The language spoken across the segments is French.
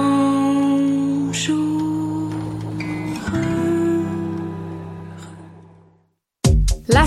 100 jours. La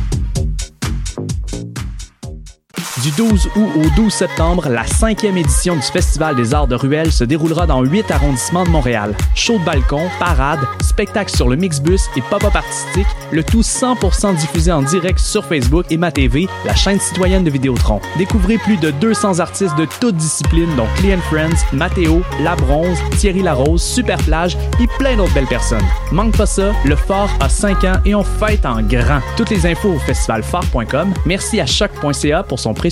Du 12 août au 12 septembre, la cinquième édition du Festival des Arts de Ruelle se déroulera dans huit arrondissements de Montréal. Show de balcon, parade, spectacle sur le Mixbus et pop-up artistique, le tout 100% diffusé en direct sur Facebook et MaTV, la chaîne citoyenne de Vidéotron. Découvrez plus de 200 artistes de toutes disciplines, dont Clean Friends, Mathéo, La Bronze, Thierry Larose, Superplage et plein d'autres belles personnes. Manque pas ça, le Fort a 5 ans et on fête en grand. Toutes les infos au festivalphare.com. Merci à choc.ca pour son précieux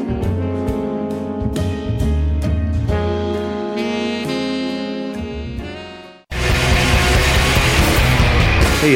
Hey,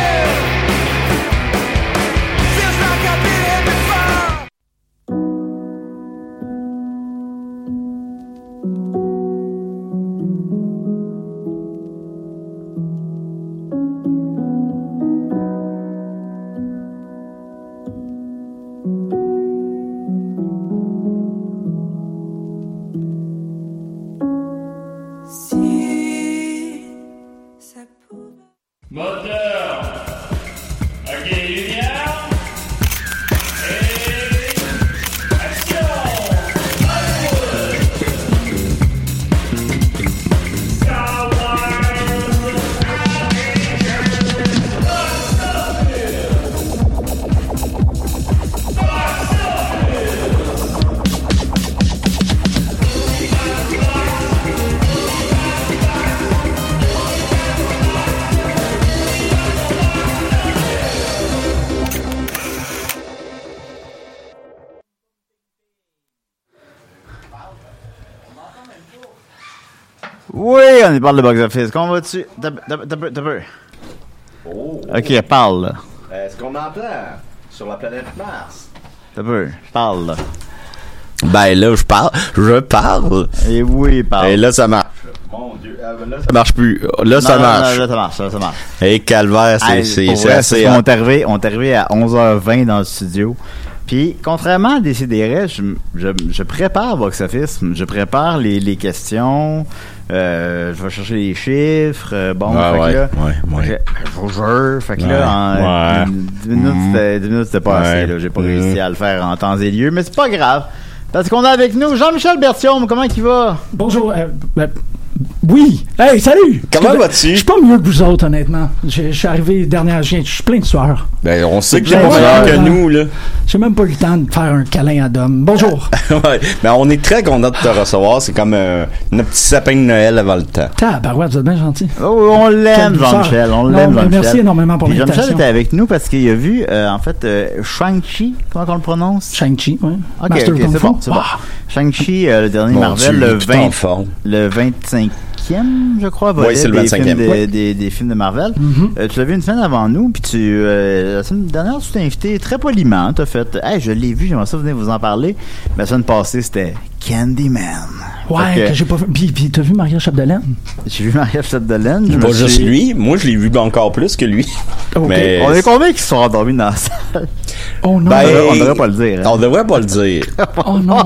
Si ça pouvait. Moteur Ok, lumière Et... Action Oui, on parle de box-office. Comment vas-tu? T'as t'as- t'as peu, t'as peu. Ok, parle. là. Oh. Est-ce qu'on m'entend sur la planète Mars? T'as peu. Parle. là. Ben là, je parle. Je parle. Et Eh oui, parle. Et Eh, là, ça marche. mon Dieu. Ah, ben, là, Ça marche plus. Là, ça marche. là, ça marche. Là, ça marche. Et calvaire, c'est- Hey, c'est pour c'est vrai, c'est assez. ce qu'on hot. est arrivé, on est arrivé à 11h20 dans le studio. Puis, contrairement à Décideret, je, je, je prépare Box Office. Je prépare les, les questions. euh, je vais chercher les chiffres. euh, Ah, bon, Ouais, fait Ah que ouais, là, ouais, ouais. fait que- je vous jure, fait que là, en Ouais. Mm. 10 minutes, c'était- dix minutes, c'était pas assez. Ouais. là. J'ai pas Mm. réussi à le faire en temps et lieu, mais c'est pas grave. Parce qu'on a avec nous Jean-Michel Bertium. Comment il va? Bonjour. euh, ben, oui. Hey, salut. Comment Je- vas-tu? Je suis pas mieux que vous autres, honnêtement. Je je suis arrivé dernière. Je suis plein de sueur. Ben, on sait que t'es Ben, pas meilleur ouais. que nous, là. J'ai même pas eu le temps de faire un câlin à Dom. Bonjour. ouais. Ben, on est très content de te recevoir. C'est comme euh, notre petit sapin de Noël avant le temps. Tabarouette, vous êtes bien gentil. Oh, on Quelle l'aime, douceur. Jean-Michel. On Non, l'aime, mais Jean-Michel. merci énormément pour Puis Jean-Michel l'invitation. était avec nous parce qu'il a vu, euh, en fait, euh, Shang-Chi. Comment on le prononce? Shang-Chi, oui. Ok, Master ok, Kung c'est Fu. bon, c'est bon. Ah, Shang-Chi, euh, le dernier Mon Marvel, Dieu, il le, est tout 20 en forme. le 25e, je crois, volet c'est le des, films 25e. de- Ouais. des- des films de Marvel. Mhm. Euh, tu l'as vu une semaine avant nous, puis tu, euh, la semaine dernière, tu t'es invité très poliment. Tu as fait, hey, je l'ai vu, j'aimerais ça venir vous en parler. Mais la semaine passée, c'était Candyman. Ouais, Fait que- que j'ai pas vu. Puis, puis t'as vu Maria Chapdelaine? J'ai vu Maria Chapdelaine. je me Pas suis- juste lui. Moi, je l'ai vu encore plus que lui. Ok. Mais On est combien qui se sont endormis dans la salle? Oh non, Ben, On devrait pas le dire. hein. on devrait pas le dire. oh non.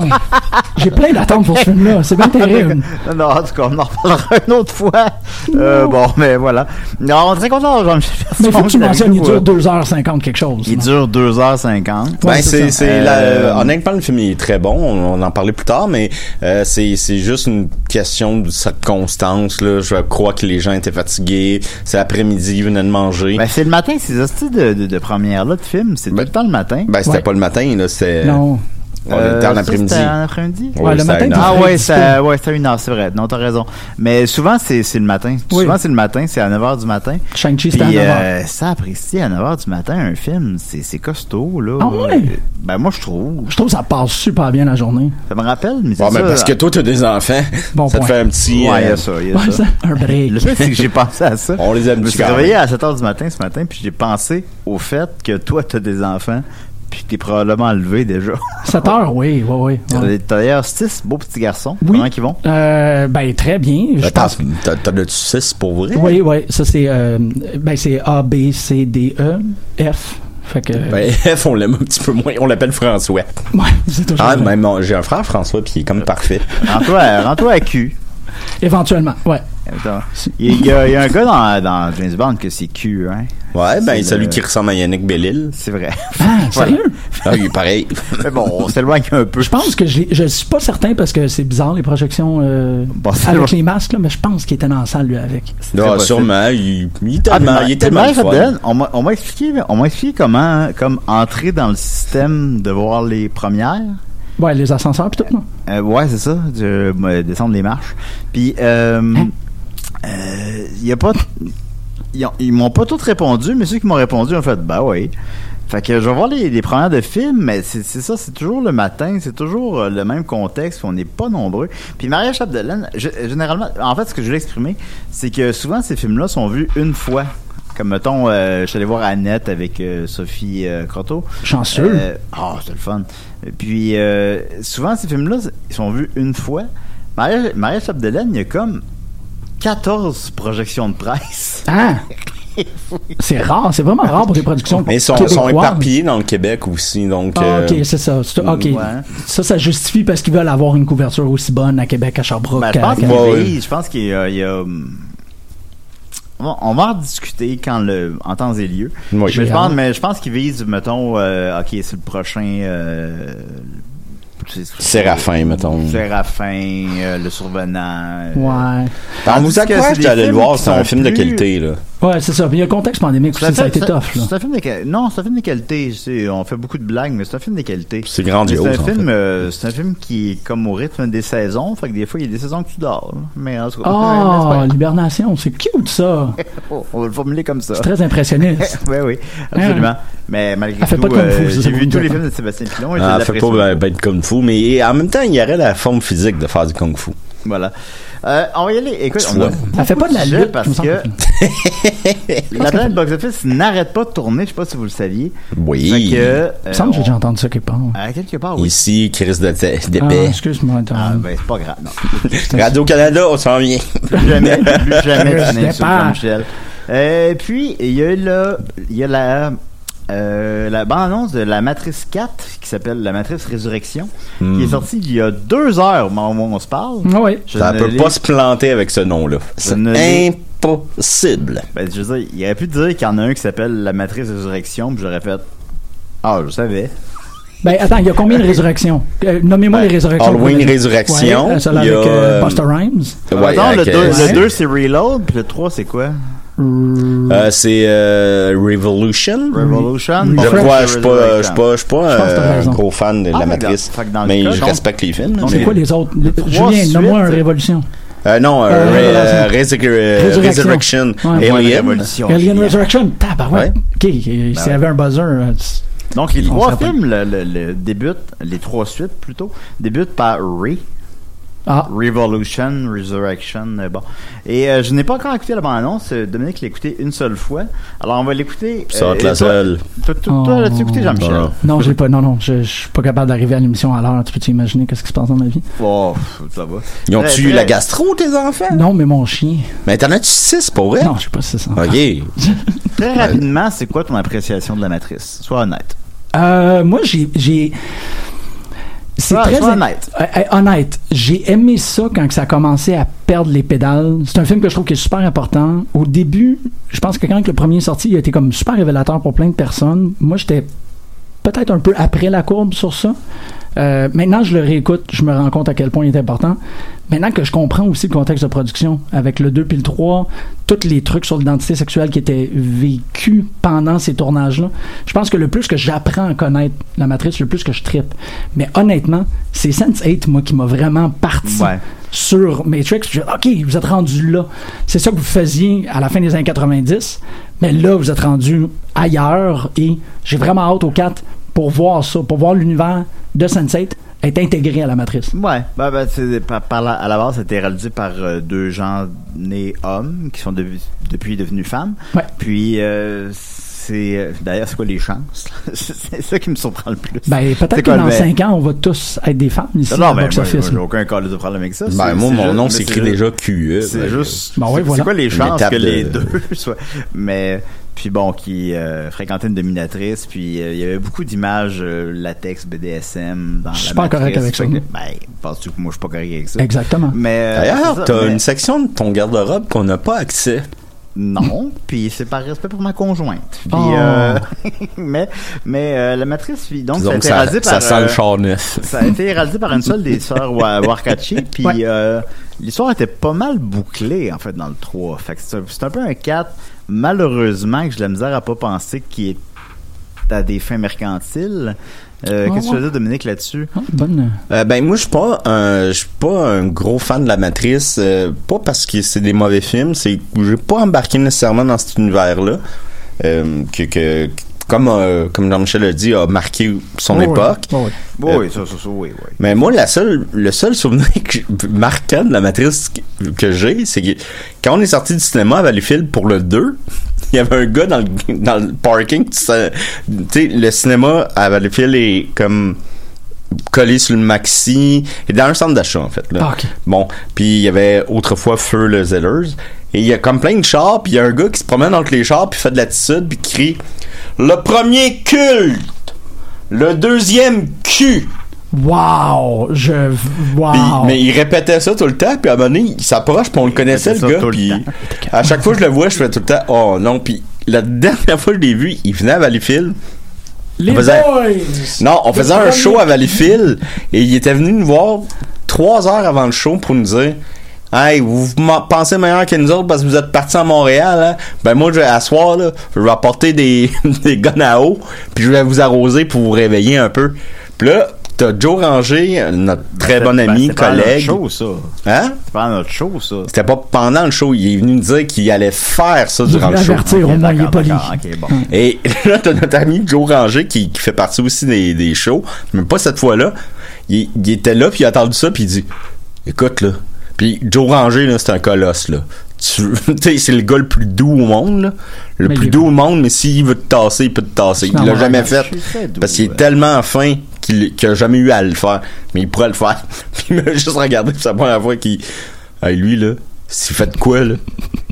j'ai plein d'attentes pour ce film-là. C'est bien terrible. Ah, Non, en tout cas, on en reparlera une autre fois. Euh, bon, mais voilà. Non, on est très content, Jean-Michel Bertrand. Mais faut que tu d'être mentionnes, il nous, dure euh, 2h50 quelque chose. Il non? dure 2h50. Ouais, ben c'est c'est ça. c'est la- Ah, Euh, honnêtement le film il est très bon on, on en parlait plus tard mais euh, c'est c'est juste une question de circonstance là je crois que les gens étaient fatigués c'est l'après-midi ils venaient de manger Ben, ben, c'est le matin, ces hosties de, de, de première-là de film, c'est Ben- tout le temps le matin. c'était Ouais. pas le matin là c'est Non. on Euh, était en ça, après-midi c'était en après-midi? Oui, Ouais, le c'était matin, une t'as- heure. Ah Après ouais, dispo. ça, ouais, c'était une heure, c'est vrai. Non, t'as raison. Mais souvent, c'est, c'est le matin. Oui. Souvent, c'est le matin, c'est à 9h du matin. Shang-Chi, Puis c'était à 9h. euh, ça apprécie à 9h du matin un film, c'est, c'est costaud, là. Ah ouais? Euh, Ben moi, je trouve. Je trouve que ça passe super bien la journée. Ça me rappelle, mais c'est Bon, ben, ça. parce que toi t'as des enfants Bon ça te point. fait un petit Ouais, il y euh, a ça, il y a Ouais, ça. ça, un break. Le fait, c'est que j'ai pensé à ça. on les Je aime me du suis cœur. réveillé à 7 h du matin ce matin, puis j'ai pensé au fait que toi, t'as des enfants, puis que t'es probablement levé déjà. 7 heures, Ah, oui, oui, oui. T'as d'ailleurs 6 beaux petits garçons. Oui. Comment qu'ils vont? Euh, ben, très bien. Je Attends, pense. t'as t'as de 6 pour vrai Oui, oui. Ça, c'est euh, ben, c'est A, B, C, D, E, F. Fait que. ben F on l'aime un petit peu moins on l'appelle François Ouais, c'est toujours. ah vrai. même mon- j'ai un frère François puis il est comme parfait Rends-toi à, rends-toi à Q. Éventuellement, ouais. Attends. Il y, a, il y a un gars dans, dans James Bond que c'est Q, hein? ouais C'est ben celui le- qui ressemble à Yannick Bellil C'est vrai. Ah, Voilà. sérieux? ah il est pareil Mais bon, on s'éloigne un peu. Je pense que je l'ai- je suis pas certain parce que c'est bizarre les projections euh, Bon, c'est avec bon. les masques, là, mais je pense qu'il était dans la salle, lui, avec. C'est Ah, possible. sûrement. Il, il est Ah, mais tellement, ma- il est tellement Marie le fun. Chapdelaine, on m'a- on m'a expliqué, on m'a expliqué comment, hein, comme entrer dans le système de voir les premières. Ouais, les ascenseurs pis tout, non? Euh, ouais, c'est ça, de euh, descendre les marches. Puis, euh, euh, y a pas. Ils, ont- ils m'ont pas tous répondu, mais ceux qui m'ont répondu ont fait bah oui. Fait que je vais voir les, les premières de films, mais c'est c'est ça, c'est toujours le matin, c'est toujours euh, le même contexte, puis on n'est pas nombreux. Puis Maria Chapdelaine, je- généralement, en fait, ce que je voulais exprimer, c'est que souvent ces films-là sont vus une fois. Comme mettons, euh, je suis allé voir Annette avec euh, Sophie euh, Croteau. Chanceux. Euh, Ah, c'était le fun. Puis, euh, souvent, ces films-là, ils sont vus une fois. Maria, Maria Chapdelaine, il y a comme 14 projections de presse. Ah! c'est rare, c'est vraiment rare pour des productions. Mais ils sont, québécoises. sont éparpillés dans le Québec aussi. Donc, Ah, euh, ok, c'est ça. C'est- ok. Ouais. Ça, ça justifie parce qu'ils veulent avoir une couverture aussi bonne à Québec, à Sherbrooke. Ben, je à- pense qu'il qu'à- Ouais, vieillit, je pense qu'il y a... il y a, hum, on- on va en discuter quand le, en temps et lieu. Oui. Mais, je Géant. pense, mais je pense qu'il vise, mettons, euh, ok, c'est le prochain. euh, c'est- Séraphin, mettons. Séraphin, euh, le survenant. euh, Ouais. on vous Tandis que c'est encourage des d'aller le films voir. qui C'est un sont film de plus- qualité. Là. Ouais, c'est ça. Puis il y a le contexte pandémique C'est un aussi, ça a été film- tough, là. C'est un film de qualité. Non, c'est un film de qualité. C'est- on fait beaucoup de blagues, mais c'est un film de qualité. C'est grandiose, Mais C'est un, en film, euh, c'est un film qui est comme au rythme des saisons. Fait que des fois, il y a des saisons que tu dors. là. Mais en tout cas, mais Oh, c'est l'hibernation, c'est cute, ça. pas grave. on va le formuler comme ça. C'est très impressionniste. Ah. Oui, oui, absolument. Mais malgré Elle fait tout, pas de kung-fu, euh, c'est ça j'ai qu'on vu me tous dit. les films de Sébastien Pilon et Ah, je fait l'apprécie. pas ben, ben de kung fu. Mais en même temps, il y aurait la forme physique de faire du kung fu. Voilà. Euh, on va y aller. Écoute, Tu on a vois. Elle fait pas de la sujet lutte, parce je me sens que la planète box-office n'arrête pas de tourner. Je sais pas si vous le saviez. Fait Oui. que, euh, Il me semble que j'ai on- déjà entendu ça quelque part. À quelque part, oui. Ici, Chris de te- Ah, d'épais. excuse-moi. Ah, attends. ben, c'est pas grave. Non. Radio-Canada, on s'en vient. Plus jamais, plus jamais Je tu sais n'insultes pas. Jean-Michel. Euh, puis, il y a la, il y a la, euh, la bande-annonce de la Matrice 4, qui s'appelle la Matrice Résurrection, qui Hmm. est sortie il y a deux heures au moment où on se parle. Ah oui. Je Ça ne peut l'ai- pas se planter avec ce nom-là. C'est ne l'ai- impossible. Ben, je veux dire, il aurait pu dire qu'il y en a un qui s'appelle la Matrice Résurrection, puis j'aurais fait... Ah, je savais. Ben, attends, il y a combien de résurrections? Euh, Nommez-moi Ben, les résurrections. Halloween Ouais, Résurrection, euh, celle il y a, avec euh, euh, Busta Rhymes. Ouais, Attends, le avec, euh, 2, ouais. c'est Reload, puis le 3, c'est quoi? euh, C'est euh, Revolution. Revolution? Oui. Bon, Je Refresh crois, je suis pas, je Resurrection. suis pas, je suis pas Je pense que t'as euh, un raison. gros fan de Ah, la mais dans- matrice, fait que dans le mais cas, je donc- respecte les films. donc mais- C'est quoi les autres? Le- trois Julien, suites, nomme-moi un c'est- Révolution. Euh, non, euh, Euh, Re- euh, Résurrection. Resur- euh, Résurrection. Resurrection, Ouais. Alien. Révolution. Alien Ah, bah, génial. Resurrection. Tabarouette. Ouais. OK, euh, s'il y avait un buzzer... euh, c'est- Donc, les On trois s'appelle. films le, le- le débutent, les trois suites plutôt, débutent par Ray, Ah. Revolution, Resurrection, euh, bon. Et euh, je n'ai pas encore écouté la bande-annonce. euh, Dominique l'a écouté une seule fois. Alors, on va l'écouter. euh, Ça va être et la Oh, toi- seule. Toi, toi- toi, l'as-tu écouté, Jean-Michel? Voilà. Non, j'ai pas. Non, non, je, je suis pas capable d'arriver à l'émission à l'heure. Tu peux t'imaginer qu'est-ce qui se passe dans ma vie Oh, pff, ça va. Euh, Ils Très, ont-tu eu très- la gastro, tes enfants? Non, mais mon chien. Mais t'en as-tu six pour vrai? Non, je sais pas si c'est ça. OK. Très rapidement, c'est quoi ton appréciation de la matrice? Sois honnête. Euh, moi, j'ai, j'ai. C'est Ouais, très sois honnête. Euh, euh, honnête. J'ai aimé ça quand que ça a commencé à perdre les pédales. C'est un film que je trouve qui est super important. Au début, je pense que quand que le premier est sorti, il a été comme super révélateur pour plein de personnes. Moi, j'étais peut-être un peu après la courbe sur ça. Euh, maintenant, je le réécoute, je me rends compte à quel point il est important. Maintenant que je comprends aussi le contexte de production, avec le 2 puis le 3, tous les trucs sur l'identité sexuelle qui étaient vécus pendant ces tournages-là, je pense que le plus que j'apprends à connaître la matrice, le plus que je trippe. Mais honnêtement, c'est Sense8, moi, qui m'a vraiment parti Ouais. sur Matrix. Je, OK, vous êtes rendu là. C'est ça que vous faisiez à la fin des années 90, mais là, vous êtes rendu ailleurs et j'ai vraiment hâte au 4 pour voir ça, pour voir l'univers de Sense8 être intégré à la matrice. Ouais, ben, ben, c'est- par, par la- à la base, c'était réalisé par euh, deux gens nés hommes qui sont devi- depuis devenus femmes. Ouais. Puis, euh, c'est. euh, D'ailleurs, c'est quoi les chances? c'est ça qui me surprend le plus. Ben, peut-être C'est que quoi, dans ben- 5 ans, on va tous être des femmes ici Non, à non, la ben, moi, box-office. j'ai là. aucun cas de problème avec ça. Ben, C'est- moi, c'est mon juste- nom mais s'écrit c'est juste- déjà QE. C'est Ben, juste. Bon, ouais, c'est- voilà. C'est quoi les Une chances étape que de- les deux soient. Mais. Puis bon, qui euh, fréquentait une dominatrice, puis euh, il y avait beaucoup d'images euh, latex, BDSM dans Je suis la pas correct matrice. avec ça, Fait que- moi. Ben, penses-tu que moi, je suis pas correct avec ça? Exactement. Mais. euh, c'est ça, D'ailleurs, t'as mais- une section de ton garde-robe qu'on n'a pas accès. Non, puis c'est par respect pour ma conjointe. Puis, Oh. euh, mais mais euh, la matrice, puis donc, ça a Donc, été ça, réalisé ça par, sent euh, le char neuf. ça a été réalisé par une seule des sœurs Wa- Warkachi, puis Ouais. euh, l'histoire était pas mal bouclée, en fait, dans le 3. Fait que c'est un- c'est un peu un 4, malheureusement, que j'ai de la misère à pas penser qui est à des fins mercantiles. Euh, Oh, Qu'est-ce que tu ouais. veux dire, Dominique, là-dessus? Ah, bonne. Euh, ben moi je suis pas un je suis pas un gros fan de la matrice euh, pas parce que c'est des mauvais films c'est que j'ai pas embarqué nécessairement dans cet univers là que, que comme euh, comme Jean-Michel a dit a marqué son Oh, oui. époque Oh, oui. Oui, Euh, oui, ça, ça, ça, oui, oui. mais moi, la seule, le seul souvenir que je- marquant de la matrice que- que j'ai, c'est que quand on est sorti du cinéma à Valleyfield pour le 2, il y avait un gars dans le, dans le parking. Tu sais, tu sais, le cinéma à Valleyfield est comme collé sur le maxi. Il est dans un centre d'achat, en fait. Là. Ah, ok. Bon, puis il y avait autrefois Feu le Zellers. Et il y a comme plein de chars, puis il y a un gars qui se promène entre les chars, puis fait de l'attitude, puis crie « Le premier culte! Le deuxième cul! » Wow! Je. Puis, Wow! mais il répétait ça tout le temps, puis à un moment donné, il s'approche, puis on le connaissait, répétait ça le gars, tout le puis temps. à chaque fois que je le vois, je fais tout le temps « Oh non! » Puis la dernière fois que je l'ai vu, il venait à Valleyfield. Les on faisait- boys! Non, on Le faisait un premier- show à Valleyfield, et il était venu nous voir trois heures avant le show pour nous dire « Hey, vous m'en pensez meilleur que nous autres parce que vous êtes partis à Montréal, hein? Ben moi, je vais asseoir, là, je vais apporter des, des guns à eau, puis je vais vous arroser pour vous réveiller un peu. » Puis là, t'as Joe Ranger, notre très C'est- Eh, bon ben, ami, c'est pas notre collègue. show, ça. Hein? C'est pas notre show, ça. C'était pas pendant le show, il est venu nous dire qu'il allait faire ça durant le voulait show. avertir. Au Ok, moins, il est d'accord, poli. d'accord, ok, bon. Et là, t'as notre ami Joe Ranger qui, qui fait partie aussi des, des shows, mais pas cette fois-là. Il, il était là, puis il a entendu ça, puis il dit Écoute, là. Puis Joe Ranger, là, c'est un colosse, là. Tu tu sais, c'est le gars le plus doux au monde, là. Le Mais il plus est- doux au monde, mais s'il veut te tasser, il peut te tasser. Non, Il l'a non, jamais non, fait. je suis très doux, Parce qu'il est ouais. tellement fin qu'il qu'il a jamais eu à le faire. Mais il pourrait le faire. Puis il m'a juste regardé, puis c'est la première fois qu'il. Hey, lui, là, s'il fait de quoi, là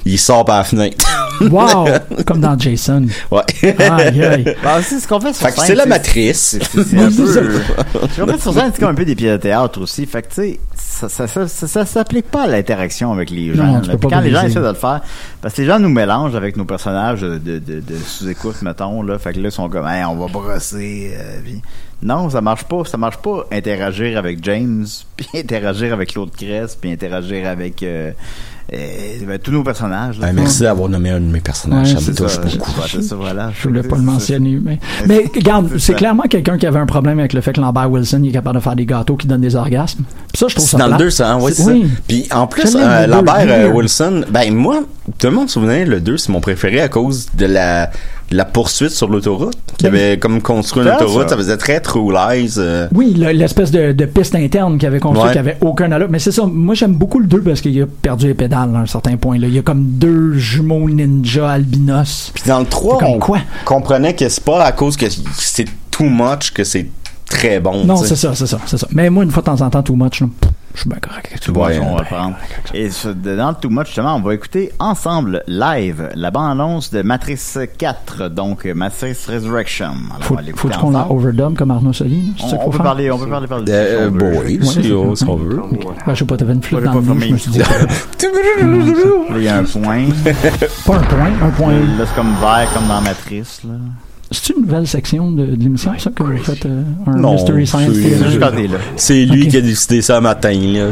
Il sort par la fenêtre. Wow! Comme dans Jason. ouais. Aïe, aïe. Ben, c'est ce qu'on fait sur Fait que scène, c'est tu la sais, matrice. C'est c'est un peu. En fait, sur scène, c'est comme un peu des pieds de théâtre aussi. Fait que, tu sais, ça, ça, ça, ça, ça s'applique pas à l'interaction avec les gens. Non, là. tu peux Puis pas quand les gens briser. essaient de le faire, parce que les gens nous mélangent avec nos personnages de, de, de, de sous-écoute, mettons, là. Fait que là, ils sont comme, Hey, on va brosser. euh, puis- Non, ça marche pas. Ça marche pas interagir avec James, puis interagir avec Claude Cress, puis interagir avec euh, euh, ben, tous nos personnages. là. Ah, merci d'avoir nommé un de mes personnages, Ouais, ça me C'est touche ça, beaucoup. ouais, c'est ça, voilà. Je voulais pas le C'est- mentionner, mais. Mais regarde, C'est c'est ça. clairement quelqu'un qui avait un problème avec le fait que Lambert Wilson il est capable de faire des gâteaux qui donnent des orgasmes. Puis ça, je trouve ça. C'est dans le plate. 2, ça, hein, ouais, C'est- c'est ça. oui. Puis en plus, J'aime euh, les deux, Lambert euh, weird. Wilson, ben moi, tout le monde se souvenait, le 2, c'est mon préféré à cause de la la poursuite sur l'autoroute, qui Ben, avait comme construit une ça, autoroute, ça. ça faisait très True Lies. euh, Oui, le- l'espèce de, de piste interne qu'il avait construite Ouais. qui avait aucun allure. Mais c'est ça, moi j'aime beaucoup le 2 parce qu'il a perdu les pédales à un certain point. Là. Il y a comme deux jumeaux ninja albinos. Puis dans le 3, C'est comme on quoi? comprenait que c'est pas à cause que c'est too much que c'est très bon. Non, tu sais. c'est ça, c'est ça, c'est ça. Mais moi, une fois de temps en temps, too much, là, je suis bien correct. avec Tu Too vois, Ouais, on va ben, prendre. Et ce- dans le Too Much, justement, on va écouter ensemble, live, la bande-annonce de Matrice 4, donc euh, Matrice Resurrection. Alors, on Faut, va l'écouter faut qu'on la ensemble. overdub comme Arnaud Soli? là? C'est On, ça qu'il on faut peut faire? parler, on peut parler par Euh, bon, oui, Ouais, si, c'est on, ça. si on veut. Ouais, je sais pas, t'avais une flûte Faudrait dans le pas nez, fermer je me suis dit, Il y a un point. pas un point, un point. là, c'est comme vert, comme dans Matrice. Là. C'est une nouvelle section de, de l'émission, ça, que vous faites euh, un Non, Mystery Science c'est- Theater? Juste quand t'es là. C'est lui Ok. qui a décidé ça le matin, là.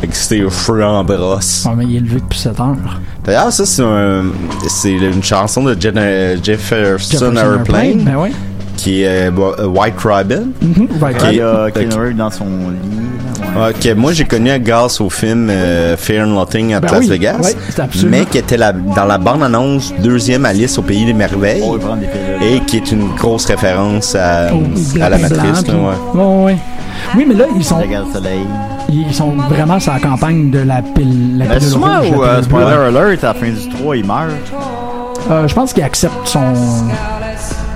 Fait que c'était aux cheveux en brosse. Ah, mais il est levé depuis 7 heures. D'ailleurs, ça, c'est un, c'est une chanson de Jen- euh, Jefferson Jefferson Airplane, Ben oui. qui est euh, Bo- euh, White Robin. Mhm, right, Ok. right. Quand il y a Ok. Keanu Reeves dans son lit. là, ouais. ah, Ok, moi j'ai connu Gas au film euh, Fear and Loathing à Ben Las oui, Vegas, ouais, c'est absolument. mais qui était la- dans la bande-annonce deuxième Alice au pays des merveilles On va prendre des pilules. et qui est une grosse référence à, Oh, à la matrice. là, ouais. ouais, ouais. Oui, mais là, ils sont, Regarde le soleil. ils sont vraiment sur la campagne de la pile. La Mais pilule c'est moi rouge, la ou, euh, pilule spoiler bleue. alert, à la fin du 3, il meurt. Euh, je pense qu'il accepte son.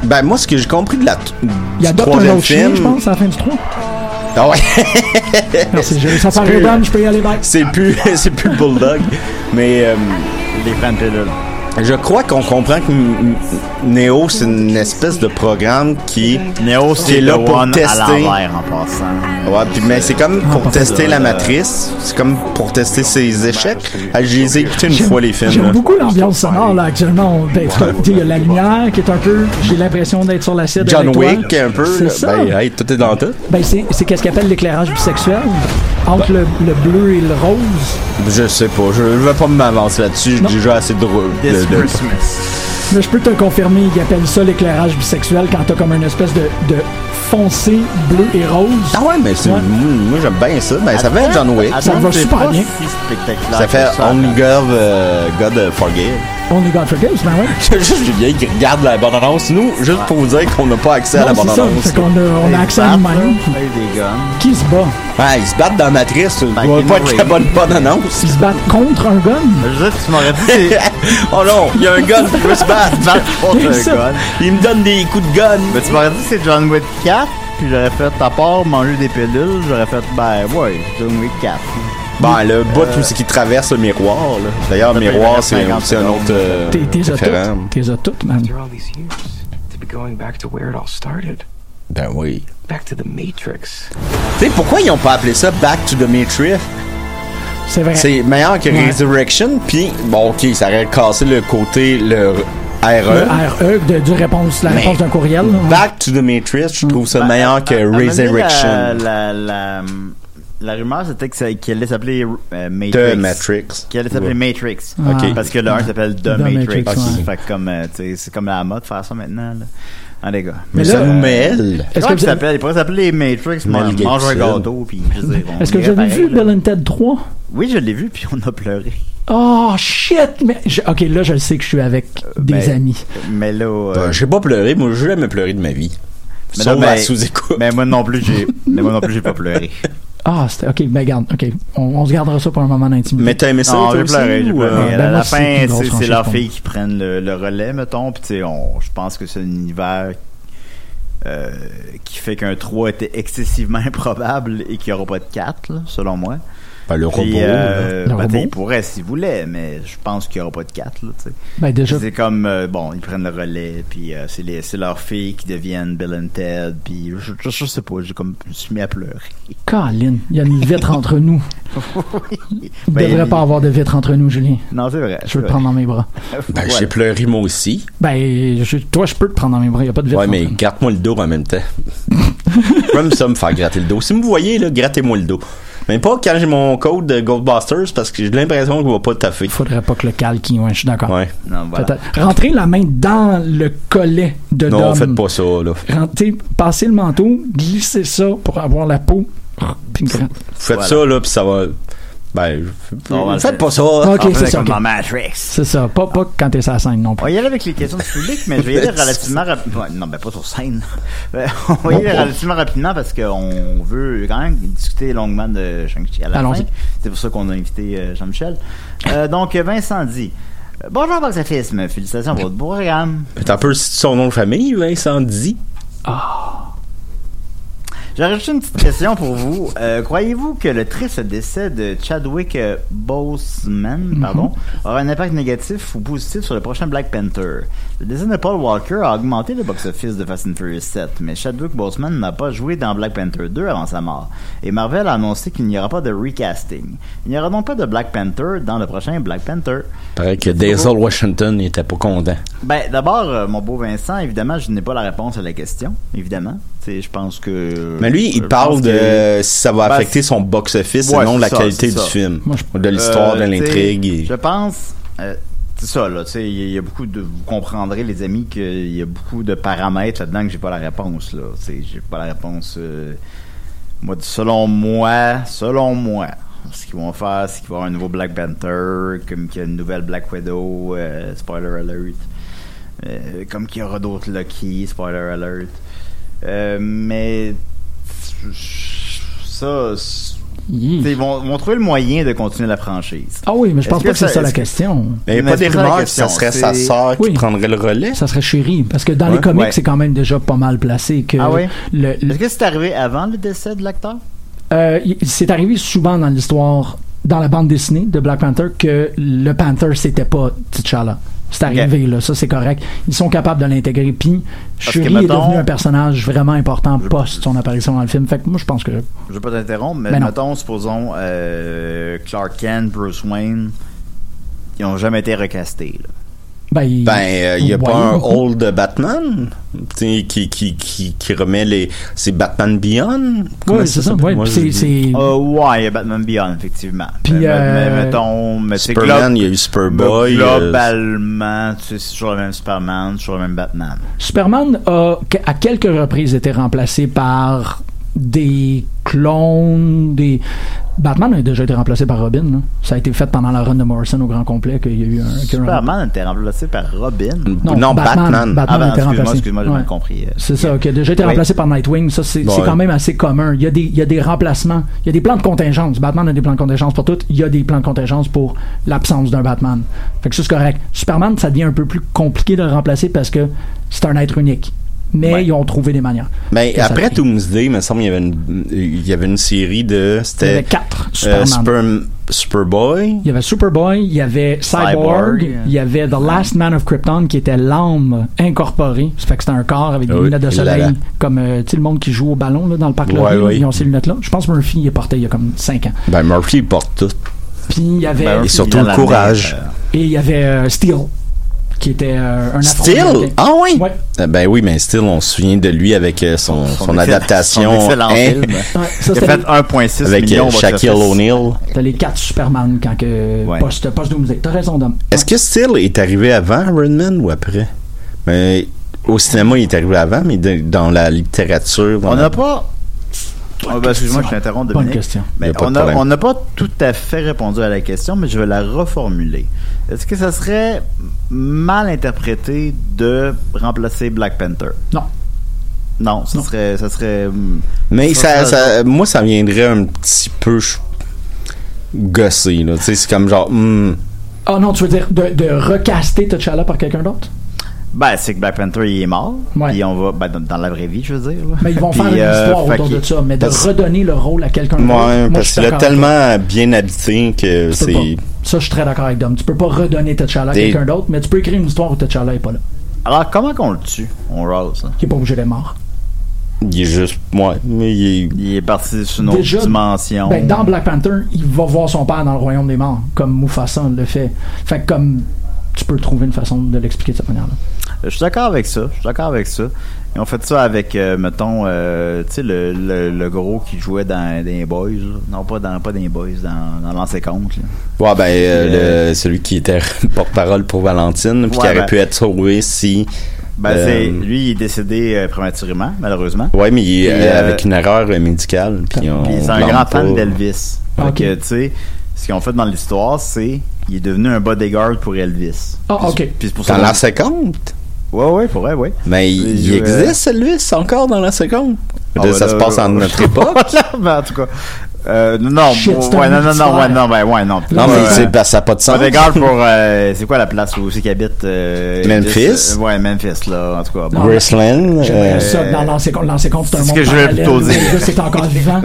Ben moi ce que j'ai compris de la t- Il du adopte un troisième autre chien, film, je pense, à la fin du 3. Ah ouais, Merci, j'ai réussi à faire plus- redone, je peux y aller back. c'est plus c'est plus Bulldog, mais euh, Il prend une pilule. je crois qu'on comprend que M- M- Neo c'est une espèce de programme qui Neo, Qui c'est est là le pour one tester. à l'envers en passant. Ouais, puis, mais c'est comme pour Ah, tester ça, la euh, matrice, c'est comme pour tester ses échecs. Ah, je les ai écoutés une fois les films. là. J'aime beaucoup l'ambiance sonore, là, actuellement. On- ben, tu sais, Il y a la lumière qui est un peu. J'ai l'impression d'être sur l'acide. John avec toi. Wick un peu. C'est là. ça. Ben, hey, tout est dans tout. Ben, c'est c'est qu'est-ce qu'il appelle l'éclairage bisexuel. Entre le, le bleu et le rose. Je sais pas, je, je vais pas m'avancer là-dessus. J'ai déjà assez de. de, This de- Christmas. Mais je peux te le confirmer, ils appellent ça l'éclairage bisexuel quand t'as comme une espèce de, de foncé bleu et rose. Ah ouais, mais c'est- Ouais. moi moi, j'aime bien ça. Ben, ça fait John Wick. Ça va c'est super pas bien. si spectaculaire Ça fait que ça. Only God, euh, God Forgive. On est God Forgives, ben ouais. juste Julien qui regarde la bande-annonce. Nous, juste pour vous dire qu'on n'a pas accès à la Non, c'est ça, bande-annonce. fait qu'on a, on a Des accès à battes, nous-mêmes. là, avec des guns. Qui se bat? Ah, ils se battent dans la matrice. On Back in va pas the être la ring. bonne bande-annonce. Ils se battent contre un gun? Je veux dire, tu m'aurais dit c'est oh non, il y a un gun qui peut se battre. battre contre C'est un ça. gun. Il me donne des coups de gun. Mais tu m'aurais dit c'est John Wick 4, puis j'aurais fait à part manger des pilules, j'aurais fait ben ouais, John Wick 4. Ben, le bout où c'est qu'il traverse le miroir, là. D'ailleurs, le Ça fait miroir, c'est 50 c'est un autre. euh, T'es t'es à référent. toutes. T'es à toutes, man. After all these years, to be going back to where it all started, Ben oui. back to the Matrix. Tu sais, pourquoi ils ont pas appelé ça Back to the Matrix? C'est vrai. C'est meilleur que Ouais. Resurrection, puis bon, ok, ça aurait cassé le côté, le E. RE. Le E. RE de, du réponse, la Mais- réponse d'un courriel. là, ouais. Back to the Matrix, je trouve ça meilleur Bah, À- que à- à un moment donné, Resurrection. La, la, la, la rumeur c'était que ça- qu'elle allait s'appeler euh, Matrix. The Matrix. Qu'elle allait s'appeler Matrix. Ah. Parce que le 1 s'appelle The, The Matrix. Matrix, ouais. Fait que comme, euh, tu sais, c'est comme la mode de faire ça maintenant. Là. Ah, les gars. Mais Mais ça là, euh, nous mêle. Est-ce que, Comment vous il avez, s'appelle? Il pourrait s'appeler Matrix, mais Mel mange un Gibson. gâteau, puis je veux dire, on est-ce que vous irait avez pareil, vu là. Bill and Ted 3? Oui, je l'ai vu, puis on a pleuré. Oh shit! Euh, Mais je- ok, là je le sais que je suis avec des ben, amis. Mais là, euh, Ben, j'ai pas pleuré, moi, j'ai jamais pleuré de ma vie. Mais Sauf non, mais- à sous-écoute. mais moi non plus, j'ai, mais moi non plus, j'ai pas pleuré. Ah, c'était ok, ben garde, ok. On, on se gardera ça pour un moment d'intimité. Mais t'as aimé ça, non, toi j'ai aussi, pleuré, j'ai ou, pleuré. euh, ben à la moi, c'est une fin, grosse c'est, c'est franchise leurs pour moi. filles qui prennent le, le relais, mettons, puis tu sais, on, je pense que c'est un univers euh, qui fait qu'un 3 était excessivement improbable et qu'il n'y aura pas de 4, là, selon moi. ben, le Puis, robot, là. euh, là. Le ben, tu sais, robot. il pourrait s'il voulait, mais je pense qu'il n'y aura pas de 4, là, tu sais. Ben déjà, C'est comme, euh, bon, ils prennent le relais, puis euh, c'est, les, c'est leurs filles qui deviennent Bill and Ted, puis je, je, je sais pas, j'ai comme, je me suis mis à pleurer. Colin, il y a une vitre entre nous. Il ne Ben, devrait il- pas avoir de vitre entre nous, Julien. Non, c'est vrai. Je veux c'est te prendre dans mes bras. vrai. Ben, Voilà. j'ai pleuré moi aussi. Ben, je- toi, je peux te prendre dans mes bras, il n'y a pas de vitre. Ouais, mais entre nous. gratte-moi le dos en même temps. J'aime ça me faire gratter le dos. Si vous me voyez, là, grattez-moi le dos. Mais pas quand j'ai mon code de Goldbusters parce que j'ai l'impression qu'il va pas taffer. Il faudrait pas que le calque, ouais, je suis d'accord. Ouais. Non, voilà. Peut-être. Rentrer la main dans le collet de Non, Dom. faites pas ça, là. Vous Rentrer, passer le manteau, glisser ça pour avoir la peau. Puis gra- faites Voilà. ça, là, puis ça va. Ben, je- Non, ben, faites pas ça. Ah, Ok, En fait, c'est ça. comme ok. dans Matrix. C'est ça. Pas, pas quand t'es sur la scène non On plus. va y aller avec les questions du public, mais je vais y aller relativement rapidement. Non, ben pas sur scène. Ben, On va y aller relativement rapidement parce qu'on veut quand même discuter longuement de Shang-Chi à la fin. Allons-y. C'est pour ça qu'on a invité euh, Jean-Michel. Euh, donc, Vincent dit Bonjour, Box Office. mais Félicitations pour votre programme. T'as un peu son nom de famille, Vincent Di. J'aurais juste une petite question pour vous. Euh, Croyez-vous que le triste décès de Chadwick euh, Boseman pardon, aura un impact négatif ou positif sur le prochain Black Panther? Le décès de Paul Walker a augmenté le box-office de Fast and Furious 7, mais Chadwick Boseman n'a pas joué dans Black Panther 2 avant sa mort, et Marvel a annoncé qu'il n'y aura pas de recasting. Il n'y aura donc pas de Black Panther dans le prochain Black Panther. Pareil que Denzel Washington n'était pas content. Ben, d'abord, euh, mon beau Vincent, évidemment, je n'ai pas la réponse à la question, évidemment. Tu sais, je pense que... Mais lui, je il pense parle de que- si ça va Ben, affecter son box-office Ouais, et non c'est la ça, qualité c'est du ça. film. de l'histoire, Euh, tu de sais, l'intrigue. et- Je pense. euh, c'est ça, là. Tu sais, il y, a beaucoup de. Vous comprendrez, les amis, qu'il y a beaucoup de paramètres là-dedans que j'ai pas la réponse, là. Tu sais, j'ai pas la réponse. euh, moi, selon moi, selon moi, ce qu'ils vont faire, c'est qu'il va y avoir un nouveau Black Panther, comme qu'il y a une nouvelle Black Widow, euh, spoiler alert. Euh, comme qu'il y aura d'autres Lucky, spoiler alert. Euh, mais. Ça. c'est- Yee. T'sais, Ils vont, vont trouver le moyen de continuer la franchise. Hmm. Ah oui, mais je pense pas Est-ce que que c'est ça- ça la est-ce que- question. Mais il n'y Mais a pas des c'est ça la rumeurs que ça question, serait sa c'est- sœur qui Oui. prendrait le relais. Ça serait chéri, parce que dans Ouais. les comics, Ouais. c'est quand même déjà pas mal placé. Que Ah oui? le- le- Est-ce que c'est arrivé avant le décès de l'acteur? Euh, il- c'est arrivé souvent dans l'histoire, dans la bande dessinée de Black Panther, que le Panther, c'était pas T'Challa. C'est arrivé, là, ça c'est correct. Ils sont capables de l'intégrer. Puis, que, Shuri est mettons- devenu un personnage vraiment important post son apparition dans le film. Fait que moi, je pense que. Je veux pas t'interrompre, mais Ben non. mettons, supposons euh, Clark Kent, Bruce Wayne, ils ont jamais été recastés. là. Ben, il Ben, euh, il n'y a pas un Voyons. old de Batman tu sais, qui, qui, qui, qui remet les. C'est Batman Beyond Comment Ouais, ben, c'est ça. s'appelle? ouais, Moi, puis je- c'est- c'est- Euh, ouais, il y a Batman Beyond, effectivement. Puis, mais, euh, mais mettons, mais c'est Superman, glo- il y a eu Superboy. il y a- globalement, tu sais, c'est toujours le même Superman, toujours le même Batman. Superman a, que- à quelques reprises, été remplacé par des clones, des. Batman a déjà été remplacé par Robin. là. Ça a été fait pendant la run de Morrison au grand complet qu'il y a eu un. qu'il y a eu un- Superman a été remplacé par Robin. Non, Batman. Ah, ben, a été excuse-moi, remplacé. excuse-moi, j'ai Ouais. mal compris. C'est ça, qui a déjà été Oui. remplacé par Nightwing. Ça, c'est c'est Ouais. quand même assez commun. Il y, a des, il y a des remplacements. Il y a des plans de contingence. Batman a des plans de contingence pour tout. Il y a des plans de contingence pour l'absence d'un Batman. Fait que ça, c'est correct. Superman, ça devient un peu plus compliqué de le remplacer parce que c'est un être unique. Mais Ouais. ils ont trouvé des manières. Mais Ça, ça après prie. Doomsday, il me semble qu'il y avait une, il y avait une série de. Il y avait C'était. quatre Superman. euh, Superm- Superboy. Il y avait Superboy, il y avait Cyborg, Cyborg. il y avait The Last Man of Krypton qui était l'âme incorporée. Ça fait que c'était un corps avec des Oui, lunettes de et soleil, là, là. comme euh, tu sais, le monde qui joue au ballon là, dans le parc Ouais, Laurier, ouais. ils ont ces lunettes-là. Je pense que Murphy il est porté il y a comme 5 ans. Ben, Murphy, il porte tout. Puis il y avait, Et surtout le courage. et il y avait euh, Steel, qui était euh, un Steel? Afro-Américain. Ah oui! Ouais. Euh, Ben oui, mais Steel, on se souvient de lui avec euh, son, son, excellent- adaptation. son excellent hein, film. Ouais, ça, Il a c'était fait les- 1,6 avec million. euh, Shaquille O'Neal. c'était les 4 Superman quand que Ouais. post, post Doomsday. T'as raison, Dom. Est-ce que Steel est arrivé avant Iron Man ou après? Mais au cinéma, il est arrivé avant, mais de- dans la littérature. dans On la- n'a pas. Ah, ben, excuse-moi, je t'interromps, Bonne Dominique. question. Y Mais a pas de on a- problème. on n'a pas tout à fait répondu à la question, mais je vais la reformuler. Est-ce que ça serait mal interprété de remplacer Black Panther? Non. Non, ça Non. serait, ça serait. hum, Mais Ça, ça, ça- ça- moi, ça viendrait un petit peu je- gossé. là. Tu sais, C'est comme genre. hmm, Oh non, tu veux dire de, de recaster T'Challa par quelqu'un d'autre? Ben, c'est que Black Panther, il est mort. Ouais. Puis on va. Ben, dans, dans la vraie vie, je veux dire. là. Mais ils vont faire Puis, une euh, histoire fait autour de qu'il- ça, mais de parce- redonner le rôle à quelqu'un d'autre. ouais, moi, je parce suis qu'il l'a d'accord avec toi. tellement bien habité que Tu peux c'est. pas. Ça, je suis très d'accord avec Dom. Tu peux pas redonner T'Challa à Des- quelqu'un d'autre, mais tu peux écrire une histoire où T'Challa est pas là. Alors, comment qu'on le tue? On hein? Rose, là. Qui est pas obligé d'être mort. Il est juste. Ouais, mais il est. Il est parti sur une autre Déjà, dimension. Ben, dans Black Panther, il va voir son père dans le royaume des morts, comme Mufasa le fait. Fait que comme tu peux trouver une façon de l'expliquer de cette manière-là. Euh, Je suis d'accord avec ça. Je suis d'accord avec ça. Ils ont fait ça avec, euh, mettons, euh, tu sais, le, le, le gros qui jouait dans, dans les Boys. là. Non, pas dans, pas dans les Boys, dans, dans l'ancien compte. là. Ouais, ben, euh, Euh, le- celui qui était porte-parole pour Valentine, puis Ouais, qui aurait ben- pu être sauvé si. Ben, Euh, c'est, lui, il est décédé euh, prématurément, malheureusement. Ouais, mais il est, Puis, euh, euh, avec une erreur euh, médicale. Puis on Puis c'est un plante grand pas. fan d'Elvis. Fait Ok. que, tu sais, ce qu'ils ont fait dans l'histoire, c'est il est devenu un bodyguard pour Elvis. Ah, Puis- ok. Puis c'est pour Dans ça. la 50? Ouais, ouais, pour vrai, ouais. Mais il, il Euh, existe, Elvis, encore dans la 50? Ah, ça ben se là, passe en euh, notre époque. Voilà, mais Ben, en tout cas. Euh, non, Shit, bon, c'est ouais, une non, non, non, histoire. ouais, non, ben, ouais, non. Non, Euh, mais c'est- ben, ça n'a pas de sens. Bodyguard pour. euh, c'est quoi la place où c'est qu'habite euh, Memphis? Elvis? Euh, ouais, Memphis, là, en tout cas. bon. Graceland. J'aimerais euh, ça dans l'ancien compte. L'ancien compte, c'est un c'est ce monde que je voulais parallèle. plutôt dire. Le gars, c'est encore vivant.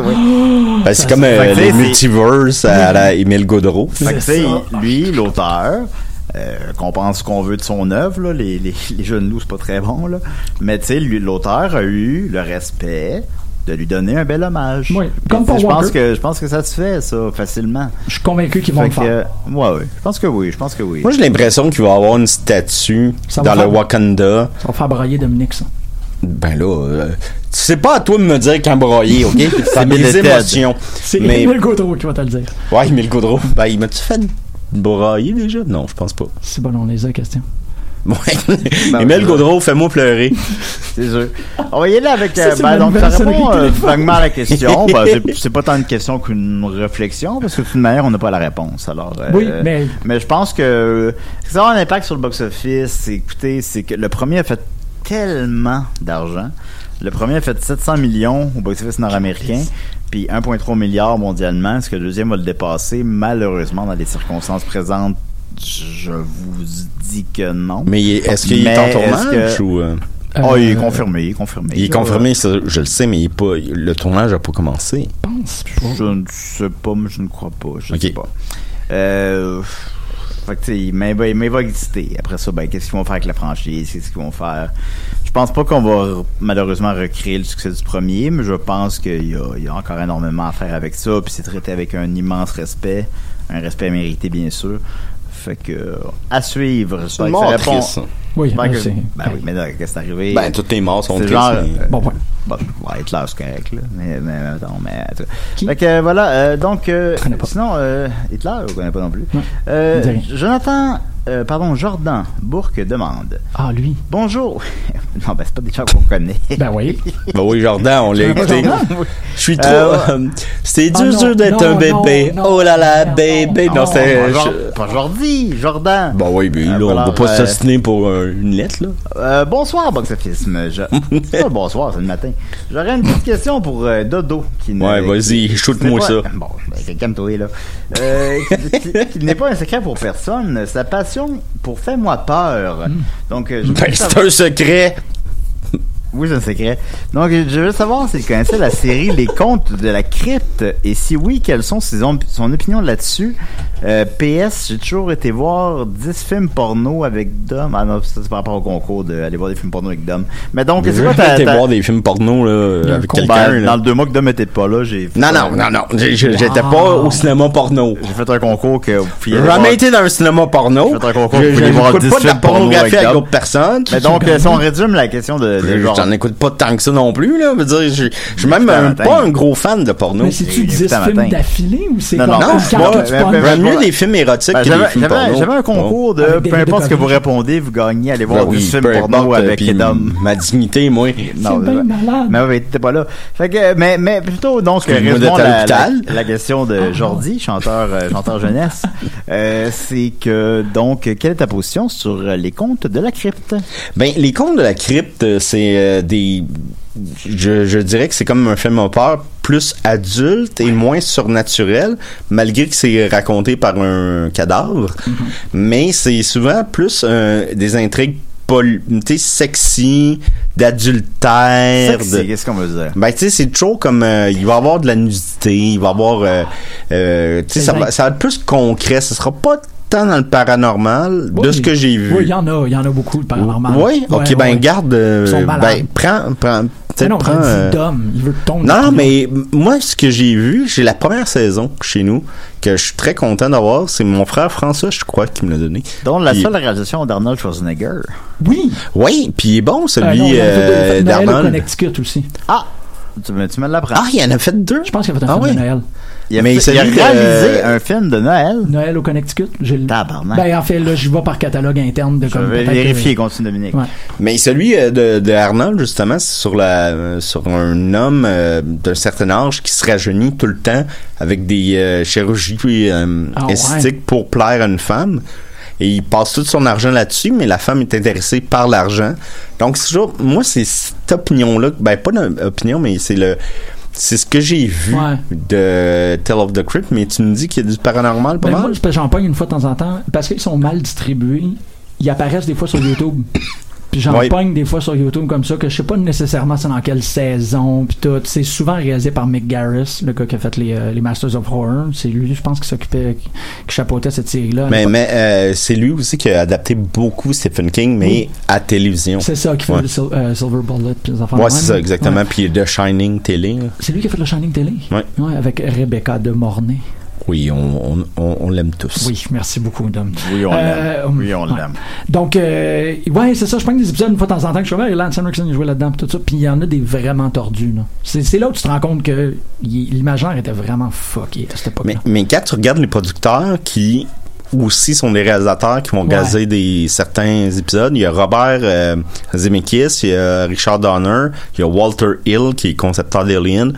ben, c'est comme euh, Fait que les c'est- multiverses à la Émile Gaudreau. Fait que, tu C'est sais, ça. lui, l'auteur, euh, qu'on pense ce qu'on veut de son œuvre, là, les, les, les jeunes loups, c'est pas très bon, là. Mais tu sais, lui, l'auteur a eu le respect de lui donner un bel hommage. Oui, Puis, comme tu sais, pour je pense Walker. que Je pense que ça se fait, ça, facilement. Je suis convaincu qu'ils vont Fait le que, faire. euh, ouais, ouais. Je pense que oui, je pense que oui. Moi, j'ai l'impression qu'il va avoir une statue Ça va dans le faire- Wakanda. Ça va faire brailler Dominique, ça. Ben là, euh, tu sais pas à toi de me dire quand broyer, ok? C'est mes Bill et Ted. émotions. C'est Mais, Emile Gaudreau qui va te le dire. ouais, Émile Gaudreau. Ben, il m'a-tu fait broyer déjà? Non, je pense pas. C'est bon, on les a, la question. Ouais. Ben, Émile ouais. Gaudreau, fais-moi pleurer. C'est sûr. On va y aller avec. Ça, euh, c'est ben, ma donc, ça nouvelle répond sonnerie euh, téléphone. vaguement à la question. Ben, c'est- c'est pas tant une question qu'une réflexion, parce que de toute manière, on n'a pas la réponse. Alors, euh, Oui, mais- je pense que ça a un impact sur le box-office. Écoutez, c'est que le premier a fait tellement d'argent. Le premier a fait 700 millions au box-office nord-américain, puis 1,3 milliard mondialement, ce que le deuxième va le dépasser, malheureusement, dans les circonstances présentes. Je vous dis que non. Mais est-ce qu'il est Mais en est-ce tournage que- Euh, ou. euh, Oh, il est Euh, confirmé, il est confirmé. Il est confirmé, ça, je le sais, mais il est pas, le tournage a pas commencé. Je pense. Je ne sais pas, mais je ne crois pas. Je ne Ok. sais pas. Euh, fait que, tu sais, il m'en va- il m'en va exister. Après ça, ben, qu'est-ce qu'ils vont faire avec la franchise? Qu'est-ce qu'ils vont faire? Je pense pas qu'on va malheureusement recréer le succès du premier, mais je pense qu'il y, a- il y a encore énormément à faire avec ça. Puis c'est traité avec un immense respect. Un respect mérité, bien sûr. Fait que, à suivre. J'espère que ça répond- Oui, euh, J'espère que- c'est- Ben oui, mais là, qu'est-ce qui est arrivé? Ben, toutes les morts sont C'est tristes. genre, mais- euh, Bon point. Bon, ouais, Hitler, c'est correct, là. Mais, mais, attends, mais. en tout cas. Fait que, euh, voilà, euh, donc. euh, connais pas. sinon, euh, Hitler, on connaît pas non plus. Non, Euh, dis rien. Jonathan, euh, pardon, Jordan Bourque demande Ah, lui. Bonjour. non, ben, c'est pas des gens qu'on connaît. Ben oui. Ben oui, Jordan, on l'a connais pas écouté. Jordan? Je suis trop. Euh, euh, c'est Ah dur, non, dur d'être non, un bébé. non, oh là là, non, bébé. non, Non, non, c'est. Pas Jor- je- pas Jordi, Jordan. Ben oui, mais Euh, là, voilà, on va pas euh, s'assassiner pour euh, une lettre, là. Euh, bonsoir, Box Office. mais je- C'est pas le bonsoir, c'est le matin. J'aurais une petite question pour euh, Dodo. Qui ne- Ouais, vas-y, qui- shoot-moi qui n'est ça. pas- Bon, ben, calme-toi, là. Euh, qui- qui- qui n'est pas un secret pour personne. Sa passion pour Fais-moi peur. Donc, euh, je Ben, voulais c'est savoir- un secret. Oui, c'est un secret. Donc, je veux savoir s'il connaissait la série Les Contes de la Crypte. Et si oui, quelles sont ses om- son opinion là-dessus? Euh, PS, j'ai toujours été voir 10 films porno avec Dom. Ah non, ça, c'est par rapport au concours d'aller voir des films porno avec Dom. Mais donc, J'ai c'est quoi ta... été ta- voir des films porno, là, avec Ben, quelqu'un, dans là. le deux mois que Dom était pas là, j'ai... Non, non, non, non. j'ai- j'ai- J'étais Ah. pas au cinéma porno. J'ai fait un concours que... vous pouviez J'ai aller voir- jamais été dans un cinéma porno. J'ai fait un concours, Je- vous je- pouvez voir J'écoute 10 pas de la films porno avec pornographie avec Dom. d'autres personnes. Mais donc, euh, si on résume la question de, de Je- genre- J'en écoute pas tant que ça non plus, là. Je veux dire, je je suis même Putain, un- matin. pas un gros fan de porno. Mais c'est-tu il est 10 putain films matin. d'affilée ou c'est Non, comme non, Non, un je moi, carton ben, de ben, J'aime pomme? mieux vois- les films érotiques Ben, que les j'avais, films j'avais- porno. j'avais un Bon. concours de Avec peu David importe ce que vous Duchovny. répondez, vous gagnez, allez voir Ben 10 films peu porno importe, euh, avec puis Edom. Ma dignité, moi. Non, C'est bien mais- malade. Mais oui, t'étais pas là. Fait que, mais, mais plutôt, donc, Excuse-moi réponds d'être à la, la, l'hôpital. la question Ah. de Jordi, chanteur, euh, chanteur jeunesse, euh, c'est que, donc, quelle est ta position sur euh, les contes de la crypte? Ben, les contes de la crypte, euh, c'est euh, des. Je, je dirais que c'est comme un film horreur plus adulte et moins surnaturel, malgré que c'est raconté par un cadavre. Mm-hmm. Mais c'est souvent plus euh, des intrigues pol- tu sais, sexy, d'adultère. Sexy, de- qu'est-ce qu'on veut dire? Ben, tu sais, c'est toujours comme. euh, il va y avoir de la nudité, il va y avoir. euh, euh, tu sais, ça, va- ça va être plus concret, ce sera pas tant dans le paranormal, oh, de Oui. ce que j'ai vu. Oui, il y en a, il y en a beaucoup, le paranormal. Oui, ok, Ouais, ben ouais. garde. euh, Ils sont malades. ben, prends, prends, Mais peut-être non, prends. on dit euh, Dom, il veut ton non, opinion. non, mais m- moi, ce que j'ai vu, j'ai la première saison chez nous que je suis très content d'avoir. C'est mon frère François, je crois, qui me l'a donné. Donc, la Puis- seule réalisation d'Arnold Schwarzenegger. Oui! Oui, puis il est bon, Euh, non, il celui y en a euh, fait d'autres. Noël au d'Arnold. Connecticut aussi. Ah! Tu me, tu me l'apprends. Ah, il en a fait deux? Je pense qu'il a fait un Ah film oui. de Noël. Il a, Mais fait- il s'est il a mis, réalisé euh, un film de Noël. Noël au Connecticut. j'ai le- Tabarnak. Ben, en fait, là, je vais par catalogue interne de Je comme. vais peut-être que- vérifier, continue Dominique. Ouais. Mais celui euh, de, de Arnold, justement, c'est sur, la, euh, sur un homme euh, d'un certain âge qui se rajeunit tout le temps avec des euh, chirurgies euh, Ah ouais. esthétiques pour plaire à une femme. Et il passe tout son argent là-dessus, mais la femme est intéressée par l'argent. Donc, c'est toujours, moi, c'est cette opinion-là, ben, pas une opinion, mais c'est le. C'est ce que j'ai vu Ouais. de Tale of the Crypt, mais tu me dis qu'il y a du paranormal pas Ben, mal? moi, je- j'en pogne une fois de temps en temps parce qu'ils sont mal distribués. Ils apparaissent des fois sur YouTube. Puis j'en Ouais. pogne des fois sur YouTube comme ça que je sais pas nécessairement c'est dans quelle saison puis tout. C'est souvent réalisé par Mick Garris, le gars qui a fait les, euh, les Masters of Horror. C'est lui, je pense, qui s'occupait, qui, qui chapeautait cette série-là. Mais, mais euh, c'est lui aussi qui a adapté beaucoup Stephen King, mais Oui. à télévision. C'est ça qui fait Ouais. le sil- euh, Silver Bullet puis les affaires Ouais, de c'est même. ça, exactement. Ouais. Puis The Shining Télé. là. C'est lui qui a fait le Shining Télé. Ouais. avec Rebecca de Mornay. Oui, on, on, on, on l'aime tous. Oui, merci beaucoup, Dom. Oui, on Euh, l'aime. Oui, on ouais. l'aime. Donc, euh, ouais, c'est ça. Je prends des épisodes une fois de temps en temps que je suis et Lance Henriksen il jouait là-dedans, pis tout ça. Puis il y en a des vraiment tordus. là. C'est c'est là où tu te rends compte que il- l'imaginaire était vraiment fucké à cette époque-là. Mais, mais quand tu regardes les producteurs qui aussi sont des réalisateurs qui vont Ouais. gazer des, certains épisodes, il y a Robert euh, Zemeckis, il y a Richard Donner, il y a Walter Hill qui est concepteur d'Alien,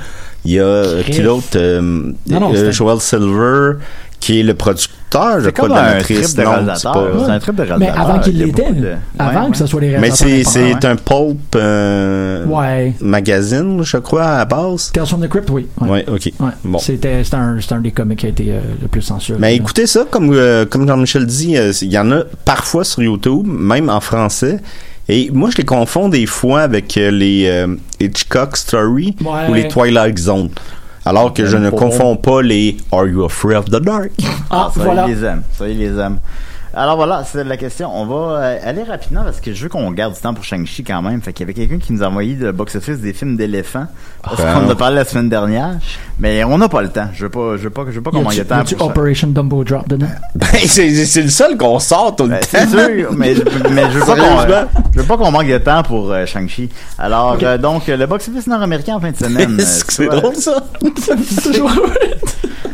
il y a euh, qui Chris. d'autre euh, Non, non, euh, c'est un- Joel Silver qui est le producteur, je C'est crois, comme de la un trip matrice. de Non, c'est réalisateur. pas- C'est un trip de réalisateur. Mais avant qu'il Il y a l'était, beaucoup de- avant Ouais, que ça soit les Mais c'est, réalisateurs c'est indépendants. un pulp euh, Ouais. magazine, je crois, à la base. Tales from the Crypt, oui. Ouais. Ouais, ok. Ouais. Bon. C'était c'était un, c'était un des comics qui a été euh, le plus censuré. Mais là. Ben, écoutez ça, comme, euh, comme Jean-Michel dit, euh, il y en a parfois sur YouTube, même en français. Et moi, je les confonds des fois avec euh, les euh, Hitchcock Story Ouais. ou les Twilight Zone. Alors que je ne Pour- confonds pas les Are You Afraid of the Dark? Ah, ça, voilà. il les aime. Ça, il les aime. Alors voilà, c'est la question. On va euh, aller rapidement parce que je veux qu'on garde du temps pour Shang-Chi quand même. Fait qu'il y avait quelqu'un qui nous a envoyé de box-office des films d'éléphants. Parce Ah. qu'on en a parlé la semaine dernière. Mais on n'a pas le temps. Je veux pas, je veux pas, je veux pas Y qu'on manque de a-tu- y temps a-tu pour ça. Operation Dumbo Drop dedans? Ben, c'est c'est le seul qu'on sort tout le Ben, temps. c'est sûr, mais, mais je veux pas qu'on euh, Sérieusement? je veux pas qu'on manque de temps pour euh, Shang-Chi. Alors, euh, donc, euh, le box-office nord-américain en fin de semaine. euh, Est-ce que C'est soit- drôle, ça?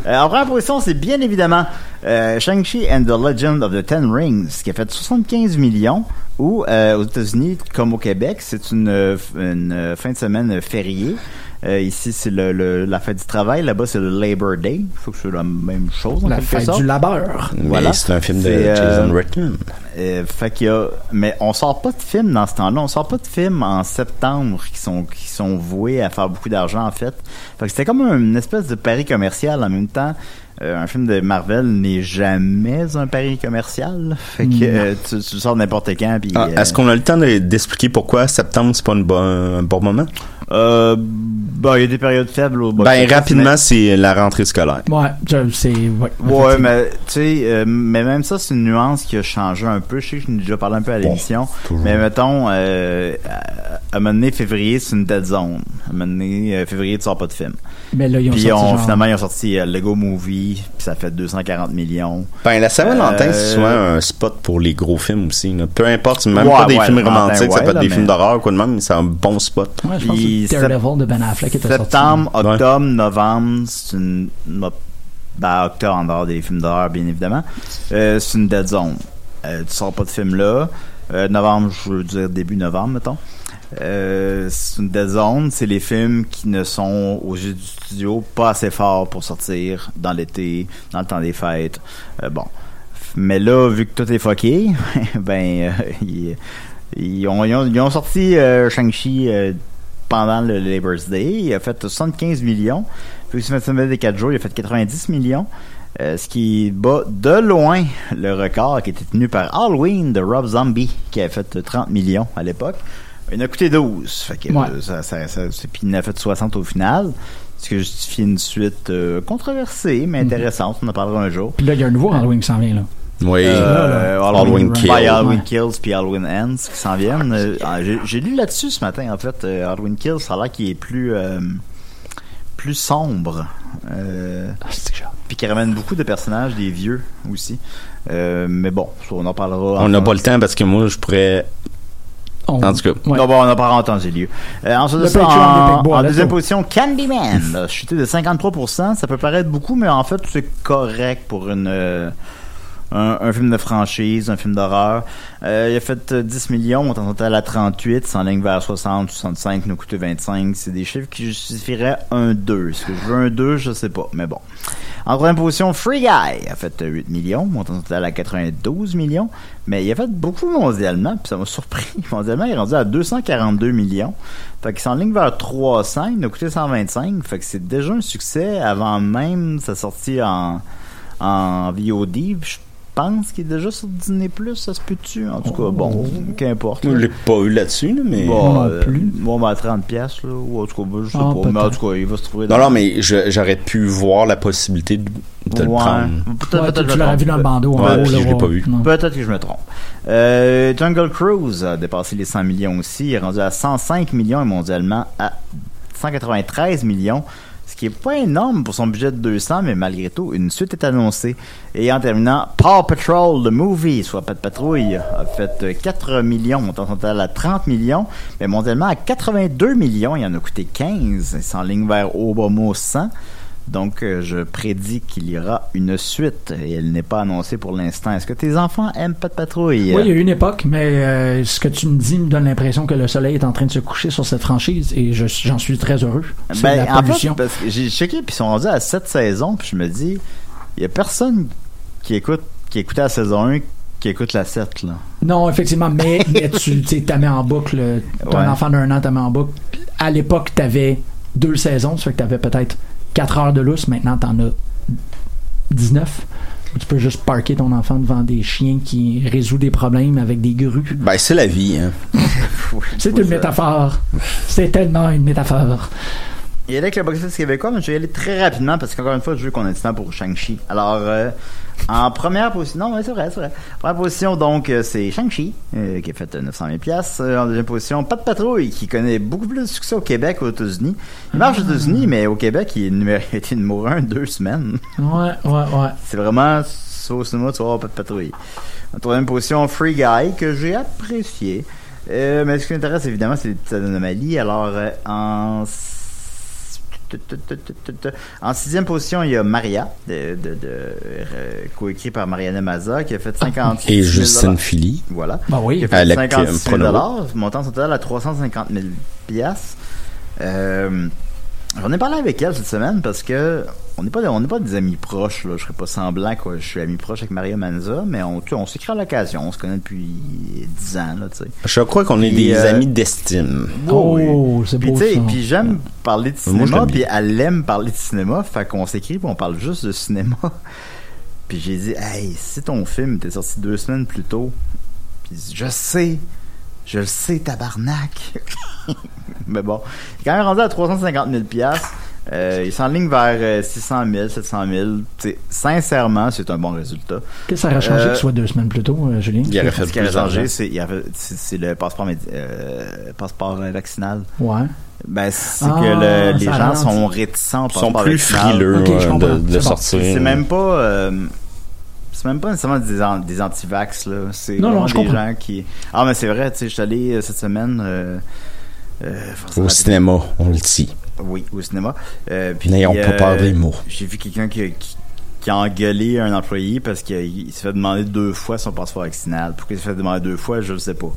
Euh, en première position, c'est bien évidemment euh, Shang-Chi and the Legend of the Ten Rings, qui a fait 75 millions, ou euh, aux États-Unis, comme au Québec, c'est une, euh, f- une, euh, fin de semaine euh, fériée. Euh, ici, c'est le, le- la fête du travail. Là-bas, c'est le Labor Day. Je trouve que c'est la même chose, en La quelque fête sorte. du labeur. Mais Voilà. c'est un film de C'est, euh, Jason Reitman. Euh, fait qu'il y a, mais on sort pas de films dans ce temps-là. On sort pas de films en septembre qui sont qui sont voués à faire beaucoup d'argent en fait. Fait que c'était comme un- une espèce de pari commercial en même temps. euh, un film de Marvel n'est jamais un pari commercial. Fait que euh, tu, tu le sors n'importe quand. Puis, Ah, euh, Est-ce qu'on a le temps de- d'expliquer pourquoi septembre, c'est pas une bo- un bon moment? euh, ben, il y a des périodes faibles au box Ben, office, rapidement, c'est la rentrée scolaire. Ouais, je- c'est. Ouais, mais- Ouais, mais tu sais, euh, mais même ça, c'est une nuance qui a changé un peu. Je sais que je n'ai déjà parlé un peu à l'émission. toujours. Mais mettons, euh, à, à un moment donné, février, c'est une dead zone. À un moment donné, euh, février, tu sors pas de film. Mais là, ils ont Puis sorti on, genre- finalement, ils ont sorti euh, Lego Movie, puis ça fait 240 millions. Ben, la Saint-Valentin, Euh, c'est souvent un spot pour les gros films aussi. là. Peu importe, même Ouais, pas des ouais, films le Valentin, romantiques, ça peut ouais, être là, des mais- films d'horreur ou quoi de même, mais c'est un bon spot. Ouais, je pense Puis que c'est Daredevil de Ben Affleck était sorti. Septembre, octobre, novembre, c'est une. no- Ben, octobre, en dehors des films d'horreur, bien évidemment. Euh, c'est une dead zone. Euh, tu sors pas de film là. Euh, novembre, je veux dire début novembre, mettons. Euh, c'est une dead zone. C'est les films qui ne sont, aux yeux du studio, pas assez forts pour sortir dans l'été, dans le temps des fêtes. Euh, bon. Mais là, vu que tout est fucké, ben, euh, ils, ils ont, ils ont- ils ont sorti euh, Shang-Chi euh, pendant le Labor's Day. Il a fait 75 millions. Puis, sur la semaine des 4 jours, il a fait 90 millions. Euh, ce qui bat de loin le record qui était tenu par Halloween de Rob Zombie, qui avait fait 30 millions à l'époque. Il en a coûté 12. Fait que, Ouais. euh, ça, ça, ça- c'est- puis il en a fait 60 au final. Ce qui justifie une suite euh, controversée, mais intéressante. On en parlera un jour. Puis là, il y a un nouveau Halloween qui s'en vient, là. Oui. Euh, Halloween Kills. Kills. By Halloween Ouais. Kills puis Halloween Ends qui s'en viennent. Euh, ah, j'ai- J'ai lu là-dessus ce matin, en fait. euh, Halloween Kills, ça a l'air qu'il est plus, euh, plus sombre. Euh, Ah, c'est déjà. puis qui ramène beaucoup de personnages, des vieux aussi. Euh, mais bon, ça, on en parlera. On n'a pas le temps parce que moi, je pourrais On- En tout cas. Ouais. Non, bon, on n'a pas entendu lieu. Euh, ensuite de Le ça, Patreon de en, Big Boy, en let's deuxième go. position, Candyman. là, chuté de 53%. Ça peut paraître beaucoup, mais en fait, c'est correct pour une, euh, un, un film de franchise, un film d'horreur. Euh, il a fait euh, 10 millions, on est en total à 38, sans ligne vers 60, 65, nous coûté 25. C'est des chiffres qui justifieraient un 2. Est-ce que je veux un 2, je sais pas, mais bon. En troisième position, Free Guy a fait euh, 8 millions, montant total à 92 millions, mais il a fait beaucoup mondialement, puis ça m'a surpris. Mondialement, il est rendu à 242 millions. Fait qu'il s'enligne vers 300, il nous a coûté 125, fait que c'est déjà un succès avant même sa sortie en, en VOD. puis Je pense qu'il est déjà sur Disney+, ça se peut-tu? En tout cas, bon, qu'importe. Oh. Je l'ai pas eu là-dessus, là, mais. Bon, Non euh, plus. bon, ben, à 30 pièces là, ou en tout cas, ben, je sais Ah, pas, mais en peut-être. tout cas, il va se trouver Non, non, mais je- j'aurais pu voir la possibilité de, de le Ouais. prendre. Peut-être, Ouais, peut-être tu je l'aurais me vu dans le trompe. bandeau. en Ouais, haut, puis là, je l'ai ouais. pas vu. Non. Peut-être que je me trompe. Euh, Jungle Cruise a dépassé les 100 millions aussi. Il est rendu à 105 millions et mondialement à 193 millions. Ce qui est pas énorme pour son budget de 200, mais malgré tout, une suite est annoncée. Et en terminant, Paw Patrol, the movie, soit Pat Patrouille, a fait euh, 4 millions, montant total à 30 millions, mais mondialement à 82 millions. Il en a coûté 15. Il s'enligne vers au bas mot 100. Donc, euh, je prédis qu'il y aura une suite et elle n'est pas annoncée pour l'instant. Est-ce que tes enfants aiment Pat Patrouille? Oui, il y a eu une époque, mais euh, ce que tu me dis me donne l'impression que le soleil est en train de se coucher sur cette franchise et je- j'en suis très heureux. C'est Ben, la en fait, pollution. parce que j'ai checké, puis ils sont rendus à 7 saisons, puis je me dis, il y a personne qui écoute qui écoutait la saison 1 qui écoute la 7, là. Non, effectivement, mais, mais tu tu sais, t'as mis en boucle, ton Ouais. enfant d'un an t'as mis en boucle. À l'époque, t'avais deux saisons, ça fait que t'avais peut-être 4 heures de lousse, maintenant t'en as 19. Tu peux juste parquer ton enfant devant des chiens qui résout des problèmes avec des grues. Ben, c'est la vie, hein. C'est une métaphore. C'est tellement une métaphore. Il y a avec le box-office québécois, mais je vais y aller très rapidement parce qu'encore une fois, je veux qu'on ait du temps pour Shang-Chi. Alors, euh, en première position, non, mais c'est vrai, c'est vrai. Première position, donc, euh, c'est Shang-Chi euh, qui a fait euh, 900 000 piastres. Euh, En deuxième position, Pas de patrouille qui connaît beaucoup plus de succès au Québec qu'aux États-Unis. Il marche aux États-Unis, mais au Québec, il est numéro, il était numéro un deux semaines. Ouais, ouais, ouais. C'est vraiment ça au cinéma, tu vas avoir pas de patrouille. En troisième position, Free Guy, que j'ai apprécié. Euh, mais ce qui m'intéresse, évidemment, c'est les petites anomalies. Alors, euh, en... s- en sixième position, il y a Maria, de, de, de- euh, coécrit par Marianne Maza, qui a fait 50 Et Justine Philly. Voilà. Bah oui. Il a À fait la- 56 000 euh, montant son total à 350 000 piastres. Euh, J'en ai parlé avec elle cette semaine parce que on n'est pas, on n'est pas des amis proches. Là. Je serais pas semblant quoi. Je suis ami proche avec Maria Manza, mais on, tu- on s'écrit à l'occasion. On se connaît depuis 10 ans. Là, tu sais. Je crois qu'on est Puis, des euh, amis d'estime. Oh, Oui. c'est Puis beau, tu sais, ça. puis j'aime parler de Moi, je cinéma, l'aime puis bien. elle aime parler de cinéma, fait qu'on s'écrit, puis on parle juste de cinéma. puis j'ai dit, hey, si ton film était sorti deux semaines plus tôt, puis il dit, je sais, je le sais, tabarnak. Mais bon, il est quand même rendu à 350 000 piastres. Euh, il s'enligne vers euh, 600 000, 700 000. Tu sais, sincèrement, c'est un bon résultat. Qu'est-ce que ça aurait changé Euh, que ce soit deux semaines plus tôt, euh, Julien? Il aurait fait Ce qui a plus d'argent. changé, c'est il y avait- c'est- c'est le passeport, médi- euh, passeport euh, vaccinal. Ouais. Ben, c'est Ah, que le- les ça gens ralentit. sont réticents. au Ils sont passeport plus vaccinal. frileux Ok, je hein, comprends. de, de C'est bon. sortir. C'est même pas. euh, c'est même pas nécessairement des, an- des anti-vax, là. C'est Non, vraiment non, je des comprends. gens qui. Ah, mais c'est vrai, tu sais, je suis allé euh, cette semaine. euh, euh, forcément- Au cinéma, on le dit. Oui, au cinéma. Euh, puis, N'ayons pas euh, peur des mots. J'ai vu quelqu'un qui, a- qui, qui a engueulé un employé parce qu'il il s'est fait demander deux fois son passeport vaccinal. Pourquoi il s'est fait demander deux fois, je le sais pas.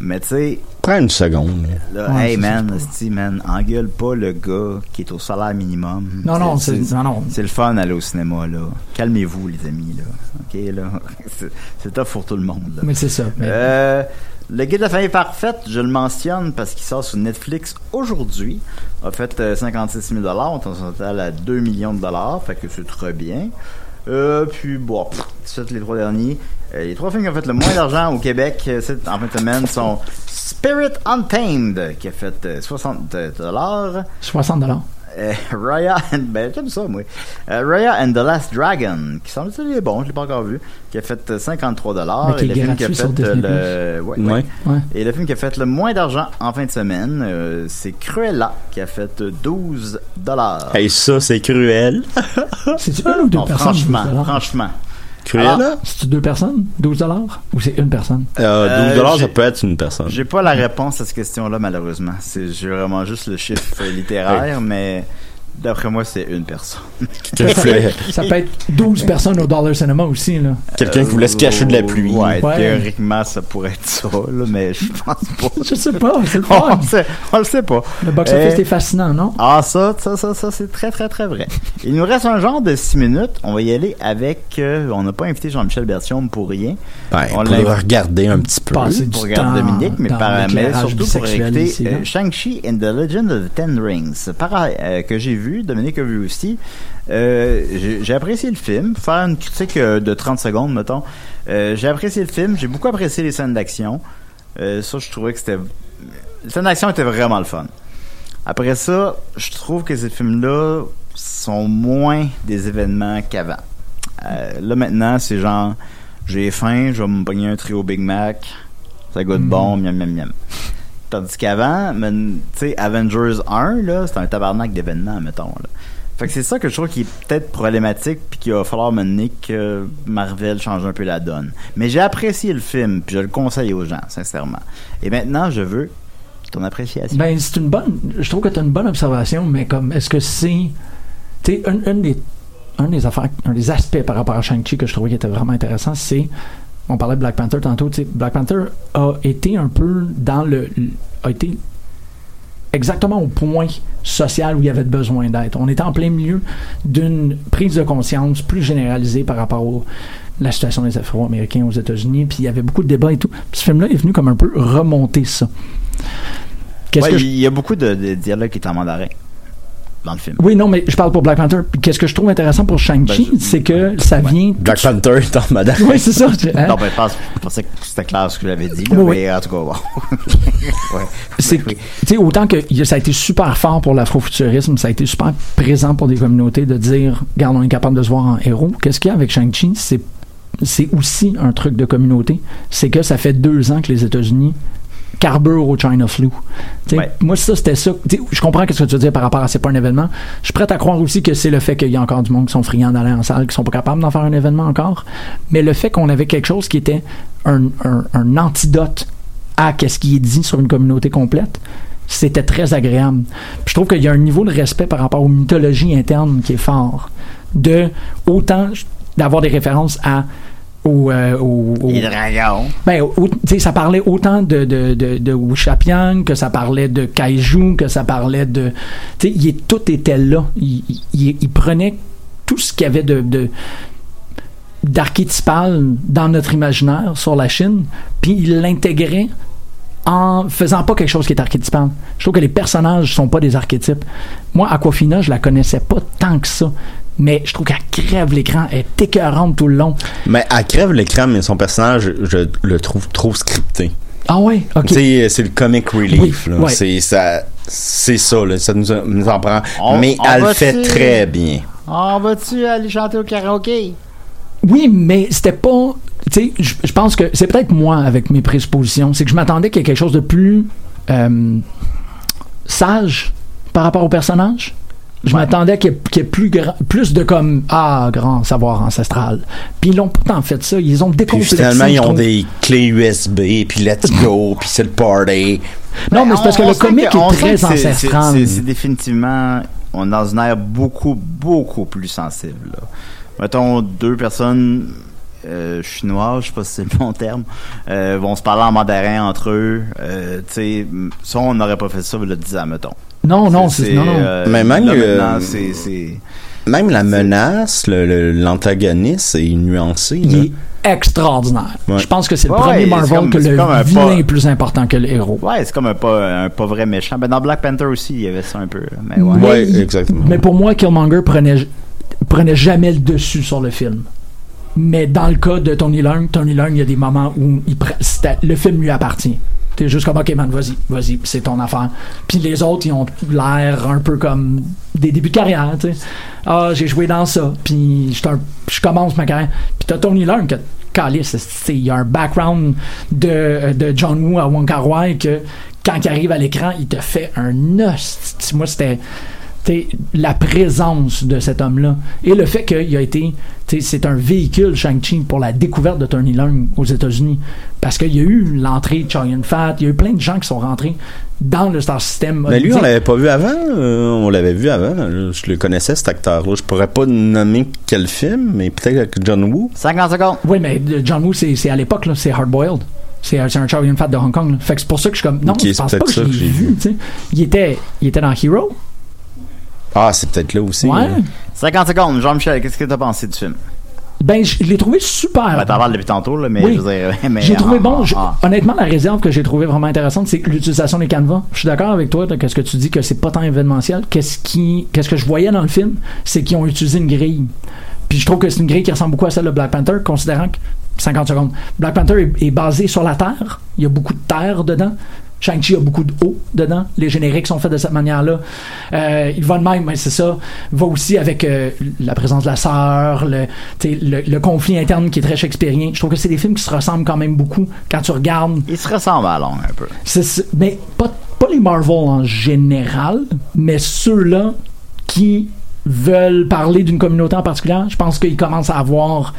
Mais tu sais, Prends une seconde. là. Là, Ouais, hey ça, man, esti, man, engueule pas le gars qui est au salaire minimum. Non, non, c'est- non, non. C'est le fun d'aller au cinéma, là. Calmez-vous, les amis, là. OK, là. C'est- C'est tough pour tout le monde, là. Mais c'est ça. mais- Euh, le guide de la famille parfaite, je le mentionne parce qu'il sort sur Netflix aujourd'hui. A fait euh, 56 000 on est en total à 2 millions de dollars, fait que c'est très bien. Euh, puis bon, pff, c'est les trois derniers. Euh, les trois films qui ont fait le moins d'argent au Québec euh, cette- en fin de semaine sont Spirit Untamed, qui a fait euh, 60 dollars. 60 dollars. Euh, Raya and ben j'aime ça moi. Euh, Raya and the Last Dragon qui semble-t-il est bon, je l'ai pas encore vu, qui a fait euh, 53 dollars Mais qui est gratuit sur Disney+. euh, le ouais, ouais. Ouais. Ouais. Et le film qui a fait le moins d'argent en fin de semaine, euh, c'est Cruella qui a fait euh, 12 dollars. Hey, ça, c'est cruel. C'est-tu une ou deux Non, personnes? franchement, vous, alors? franchement. Cruella? C'est-tu deux personnes? 12 dollars? Ou c'est une personne? hein? Euh, 12 Euh, dollars, j'ai- ça peut être une personne. J'ai pas la réponse à cette question-là, malheureusement. C'est- J'ai vraiment juste le chiffre littéraire, mais d'après moi, c'est une personne. Quelqu'un qui voulait- Ça peut être 12 personnes au Dollar Cinema aussi, là. quelqu'un qui voulait se cacher de la pluie. Ouais, Ouais. théoriquement, ça pourrait être ça, là, mais je pense pas. Je sais pas, c'est le Oh, On fun. le sait, on le sait pas. Le box-office Eh. est fascinant, non? Ah, ça, ça, ça, ça, c'est très, très, très vrai. Il nous reste un genre de 6 minutes. On va y aller avec. euh, on n'a pas invité Jean-Michel Bertium pour rien. Ouais, On pour l'a- le regarder un petit peu. Passer du pour regarder temps Dominique, mais, dans par, mais l'éclairage surtout pour bisexuel écouter ici, là. euh, Shang-Chi and the Legend of the Ten Rings, par- euh, que j'ai vu, Dominique a vu aussi. Euh, j'ai- j'ai apprécié le film. Faire une critique euh, de 30 secondes, mettons. Euh, j'ai apprécié le film. J'ai beaucoup apprécié les scènes d'action. Euh, ça, je trouvais que c'était... Les scènes d'action étaient vraiment le fun. Après ça, je trouve que ces films-là sont moins des événements qu'avant. Euh, là, maintenant, c'est genre, j'ai faim, je vais me pogner un trio Big Mac, ça goûte Mm-hmm. bon, miam, miam, miam. Tandis qu'avant, mais, tu sais, Avengers 1, là, c'était un tabarnak d'événements, mettons. Là. Fait que c'est ça que je trouve qui est peut-être problématique, puis qu'il va falloir mener que Marvel change un peu la donne. Mais j'ai apprécié le film, puis je le conseille aux gens, sincèrement. Et maintenant, je veux ton appréciation. Ben, c'est une bonne. Je trouve que tu as une bonne observation, mais comme, est-ce que c'est. Tu sais, un, un des, un des affaires, un des aspects par rapport à Shang-Chi que je trouvais qui était vraiment intéressant, c'est. On parlait de Black Panther tantôt, tu sais, Black Panther a été un peu dans le. a été exactement au point social où il y avait besoin d'être. On était en plein milieu d'une prise de conscience plus généralisée par rapport à la situation des Afro-Américains aux États-Unis, puis il y avait beaucoup de débats et tout. Puis ce film-là est venu comme un peu remonter ça. Qu'est-ce Ouais, que il je- y a beaucoup de, de dialogues qui est en mandarin dans le film. Oui, non, mais je parle pour Black Panther. Puis Qu'est-ce que je trouve intéressant pour Shang-Chi, Ben, je- c'est que ça Ouais. vient... Black Panther est en madame. Oui, c'est ça. hein? Non, ben, je, pense, je pensais que c'était clair ce que j'avais dit, là, Oui, mais en tout cas, bon. ouais. c'est que, tu sais, autant que y a- ça a été super fort pour l'afrofuturisme, ça a été super présent pour des communautés de dire, regarde, on est capable de se voir en héros. Qu'est-ce qu'il y a avec Shang-Chi? C'est, c'est aussi un truc de communauté. C'est que ça fait deux ans que les États-Unis carburent au China Flu. Tu sais, Ouais. Moi, ça, c'était ça. Tu sais, je comprends ce que tu veux dire par rapport à c'est pas un événement. Je suis prêt à croire aussi que c'est le fait qu'il y a encore du monde qui sont friands d'aller en salle, qui sont pas capables d'en faire un événement encore. Mais le fait qu'on avait quelque chose qui était un, un- un antidote à qu'est-ce qui est dit sur une communauté complète, c'était très agréable. Puis je trouve qu'il y a un niveau de respect par rapport aux mythologies internes qui est fort. De autant d'avoir des références à au, euh, au- au- Les dragons. ben, au- tu sais, ça parlait autant de, de, de, de Wuxapiang que ça parlait de Kaiju, que ça parlait de. Tu sais, il est- tout était là. Il, il- il prenait tout ce qu'il y avait de. de- d'archétypal dans notre imaginaire sur la Chine, puis il l'intégrait en faisant pas quelque chose qui est archétypal. Je trouve que les personnages sont pas des archétypes. Moi, Aquafina, je la connaissais pas tant que ça, mais je trouve qu'elle crève l'écran, elle est écœurante tout le long. Mais elle crève l'écran, mais son personnage, je le trouve trop scripté. Ah ouais, ok. Tu sais, euh, c'est le comic relief. Oui, là. ouais. C'est ça, c'est ça, là. ça nous, nous en prend. On- mais on elle va le fait sur- très bien. Ben- On va-tu aller chanter au karaoké? Oui, mais c'était pas. Tu sais, je je pense que c'est peut-être moi avec mes présuppositions. C'est que je m'attendais qu'il y ait quelque chose de plus euh, sage par rapport au personnage. Je m'attendais qu'il y ait, qu'il y ait plus, grand- plus de comme ah grand savoir ancestral. Puis ils l'ont pas tant fait ça. Ils ont Puis décomplexé. finalement, je ils ont trouve. des clés USB, puis let's go, puis c'est le party. Non, mais c'est Ben, on- parce que on le sent comique on est sent très c'est- c'est- ancestral. C'est c'est définitivement. On est dans une ère beaucoup, beaucoup plus sensible. là. Mettons deux personnes euh, chinoises, je sais pas si c'est le bon terme, euh, vont se parler en mandarin entre eux. Euh, tu sais, ça, on n'aurait pas fait ça il y a 10 ans, mettons. Non, non, c'est, non, non. euh, Mais même, là, euh, maintenant, c'est- c'est. Même la menace, le- le- l'antagoniste est nuancé. là. il est extraordinaire. Ouais. Je pense que c'est le Ouais, premier c'est Marvel comme- que c'est le comme un vilain pas- est plus important que le héros. Ouais, c'est comme un pas, un pas vrai méchant. Ben, dans Black Panther aussi, il y avait ça un peu. là. Mais ouais. Mais Ouais, il- exactement. Mais pour moi, Killmonger prenait, prenait jamais le dessus sur le film. Mais dans le cas de Tony Leung, Tony Leung, il y a des moments où il pre- c'était- le film lui appartient. T'es juste comme, ok, man, vas-y, vas-y, c'est ton affaire. Puis les autres, ils ont l'air un peu comme des débuts de carrière, tu sais. Ah, j'ai joué dans ça, puis je suis un- je commence ma carrière. Puis t'as Tony Leung, que calice, c'est- c'est- il y a un background de, de John Woo à Wong Kar Wai que quand il arrive à l'écran, il te fait un os. Moi, c'était t'sais, la présence de cet homme-là et le fait qu'il a été, t'sais, c'est un véhicule Shang-Chi pour la découverte de Tony Leung aux États-Unis parce qu'il y a eu l'entrée de Chow Fat, il y a eu plein de gens qui sont rentrés dans le Star System. Mais lui, on hollywoodien. l'avait pas vu avant. euh, on l'avait vu avant. Je, je le connaissais, cet acteur-là. Je pourrais pas nommer quel film, mais peut-être avec John Woo. 50 secondes. Oui, mais euh, John Woo, c'est c'est à l'époque, là, c'est hard-boiled. C'est un- c'est un Chow Yun-Fat de Hong Kong. là. Fait que c'est pour ça que je suis comme, non, Ok, je pense c'est pas peut-être que je ça l'ai que j'ai vu. vu. tu sais. Il était, il était dans Hero. Ah, c'est peut-être là aussi. Ouais. 50 secondes, Jean-Michel, qu'est-ce que t'as pensé du film? Ben, je l'ai trouvé super. Ben, t'en parles depuis tantôt, là, mais Ah. Oui. je veux dire, mais. J'ai trouvé ah, bon. Je- ah, Honnêtement, la réserve que j'ai trouvé vraiment intéressante, c'est l'utilisation des canevas. Je suis d'accord avec toi que ce que tu dis que c'est pas tant événementiel. Qu'est-ce qui, qu'est-ce que je voyais dans le film, c'est qu'ils ont utilisé une grille. Puis je trouve que c'est une grille qui ressemble beaucoup à celle de Black Panther, considérant que 50 secondes. Black Panther est, est basé sur la terre. Il y a beaucoup de terre dedans. Shang-Chi a beaucoup d'eau dedans. Les génériques sont faits de cette manière-là. Euh, il va de même, mais c'est ça. Il va aussi avec euh, la présence de la sœur, le, tu sais, le, le conflit interne qui est très shakespearien. Je trouve que c'est des films qui se ressemblent quand même beaucoup quand tu regardes. Il se ressemble à Long un peu. C'est- c'est- mais pas, pas les Marvel en général, mais ceux-là qui veulent parler d'une communauté en particulier, je pense qu'ils commencent à avoir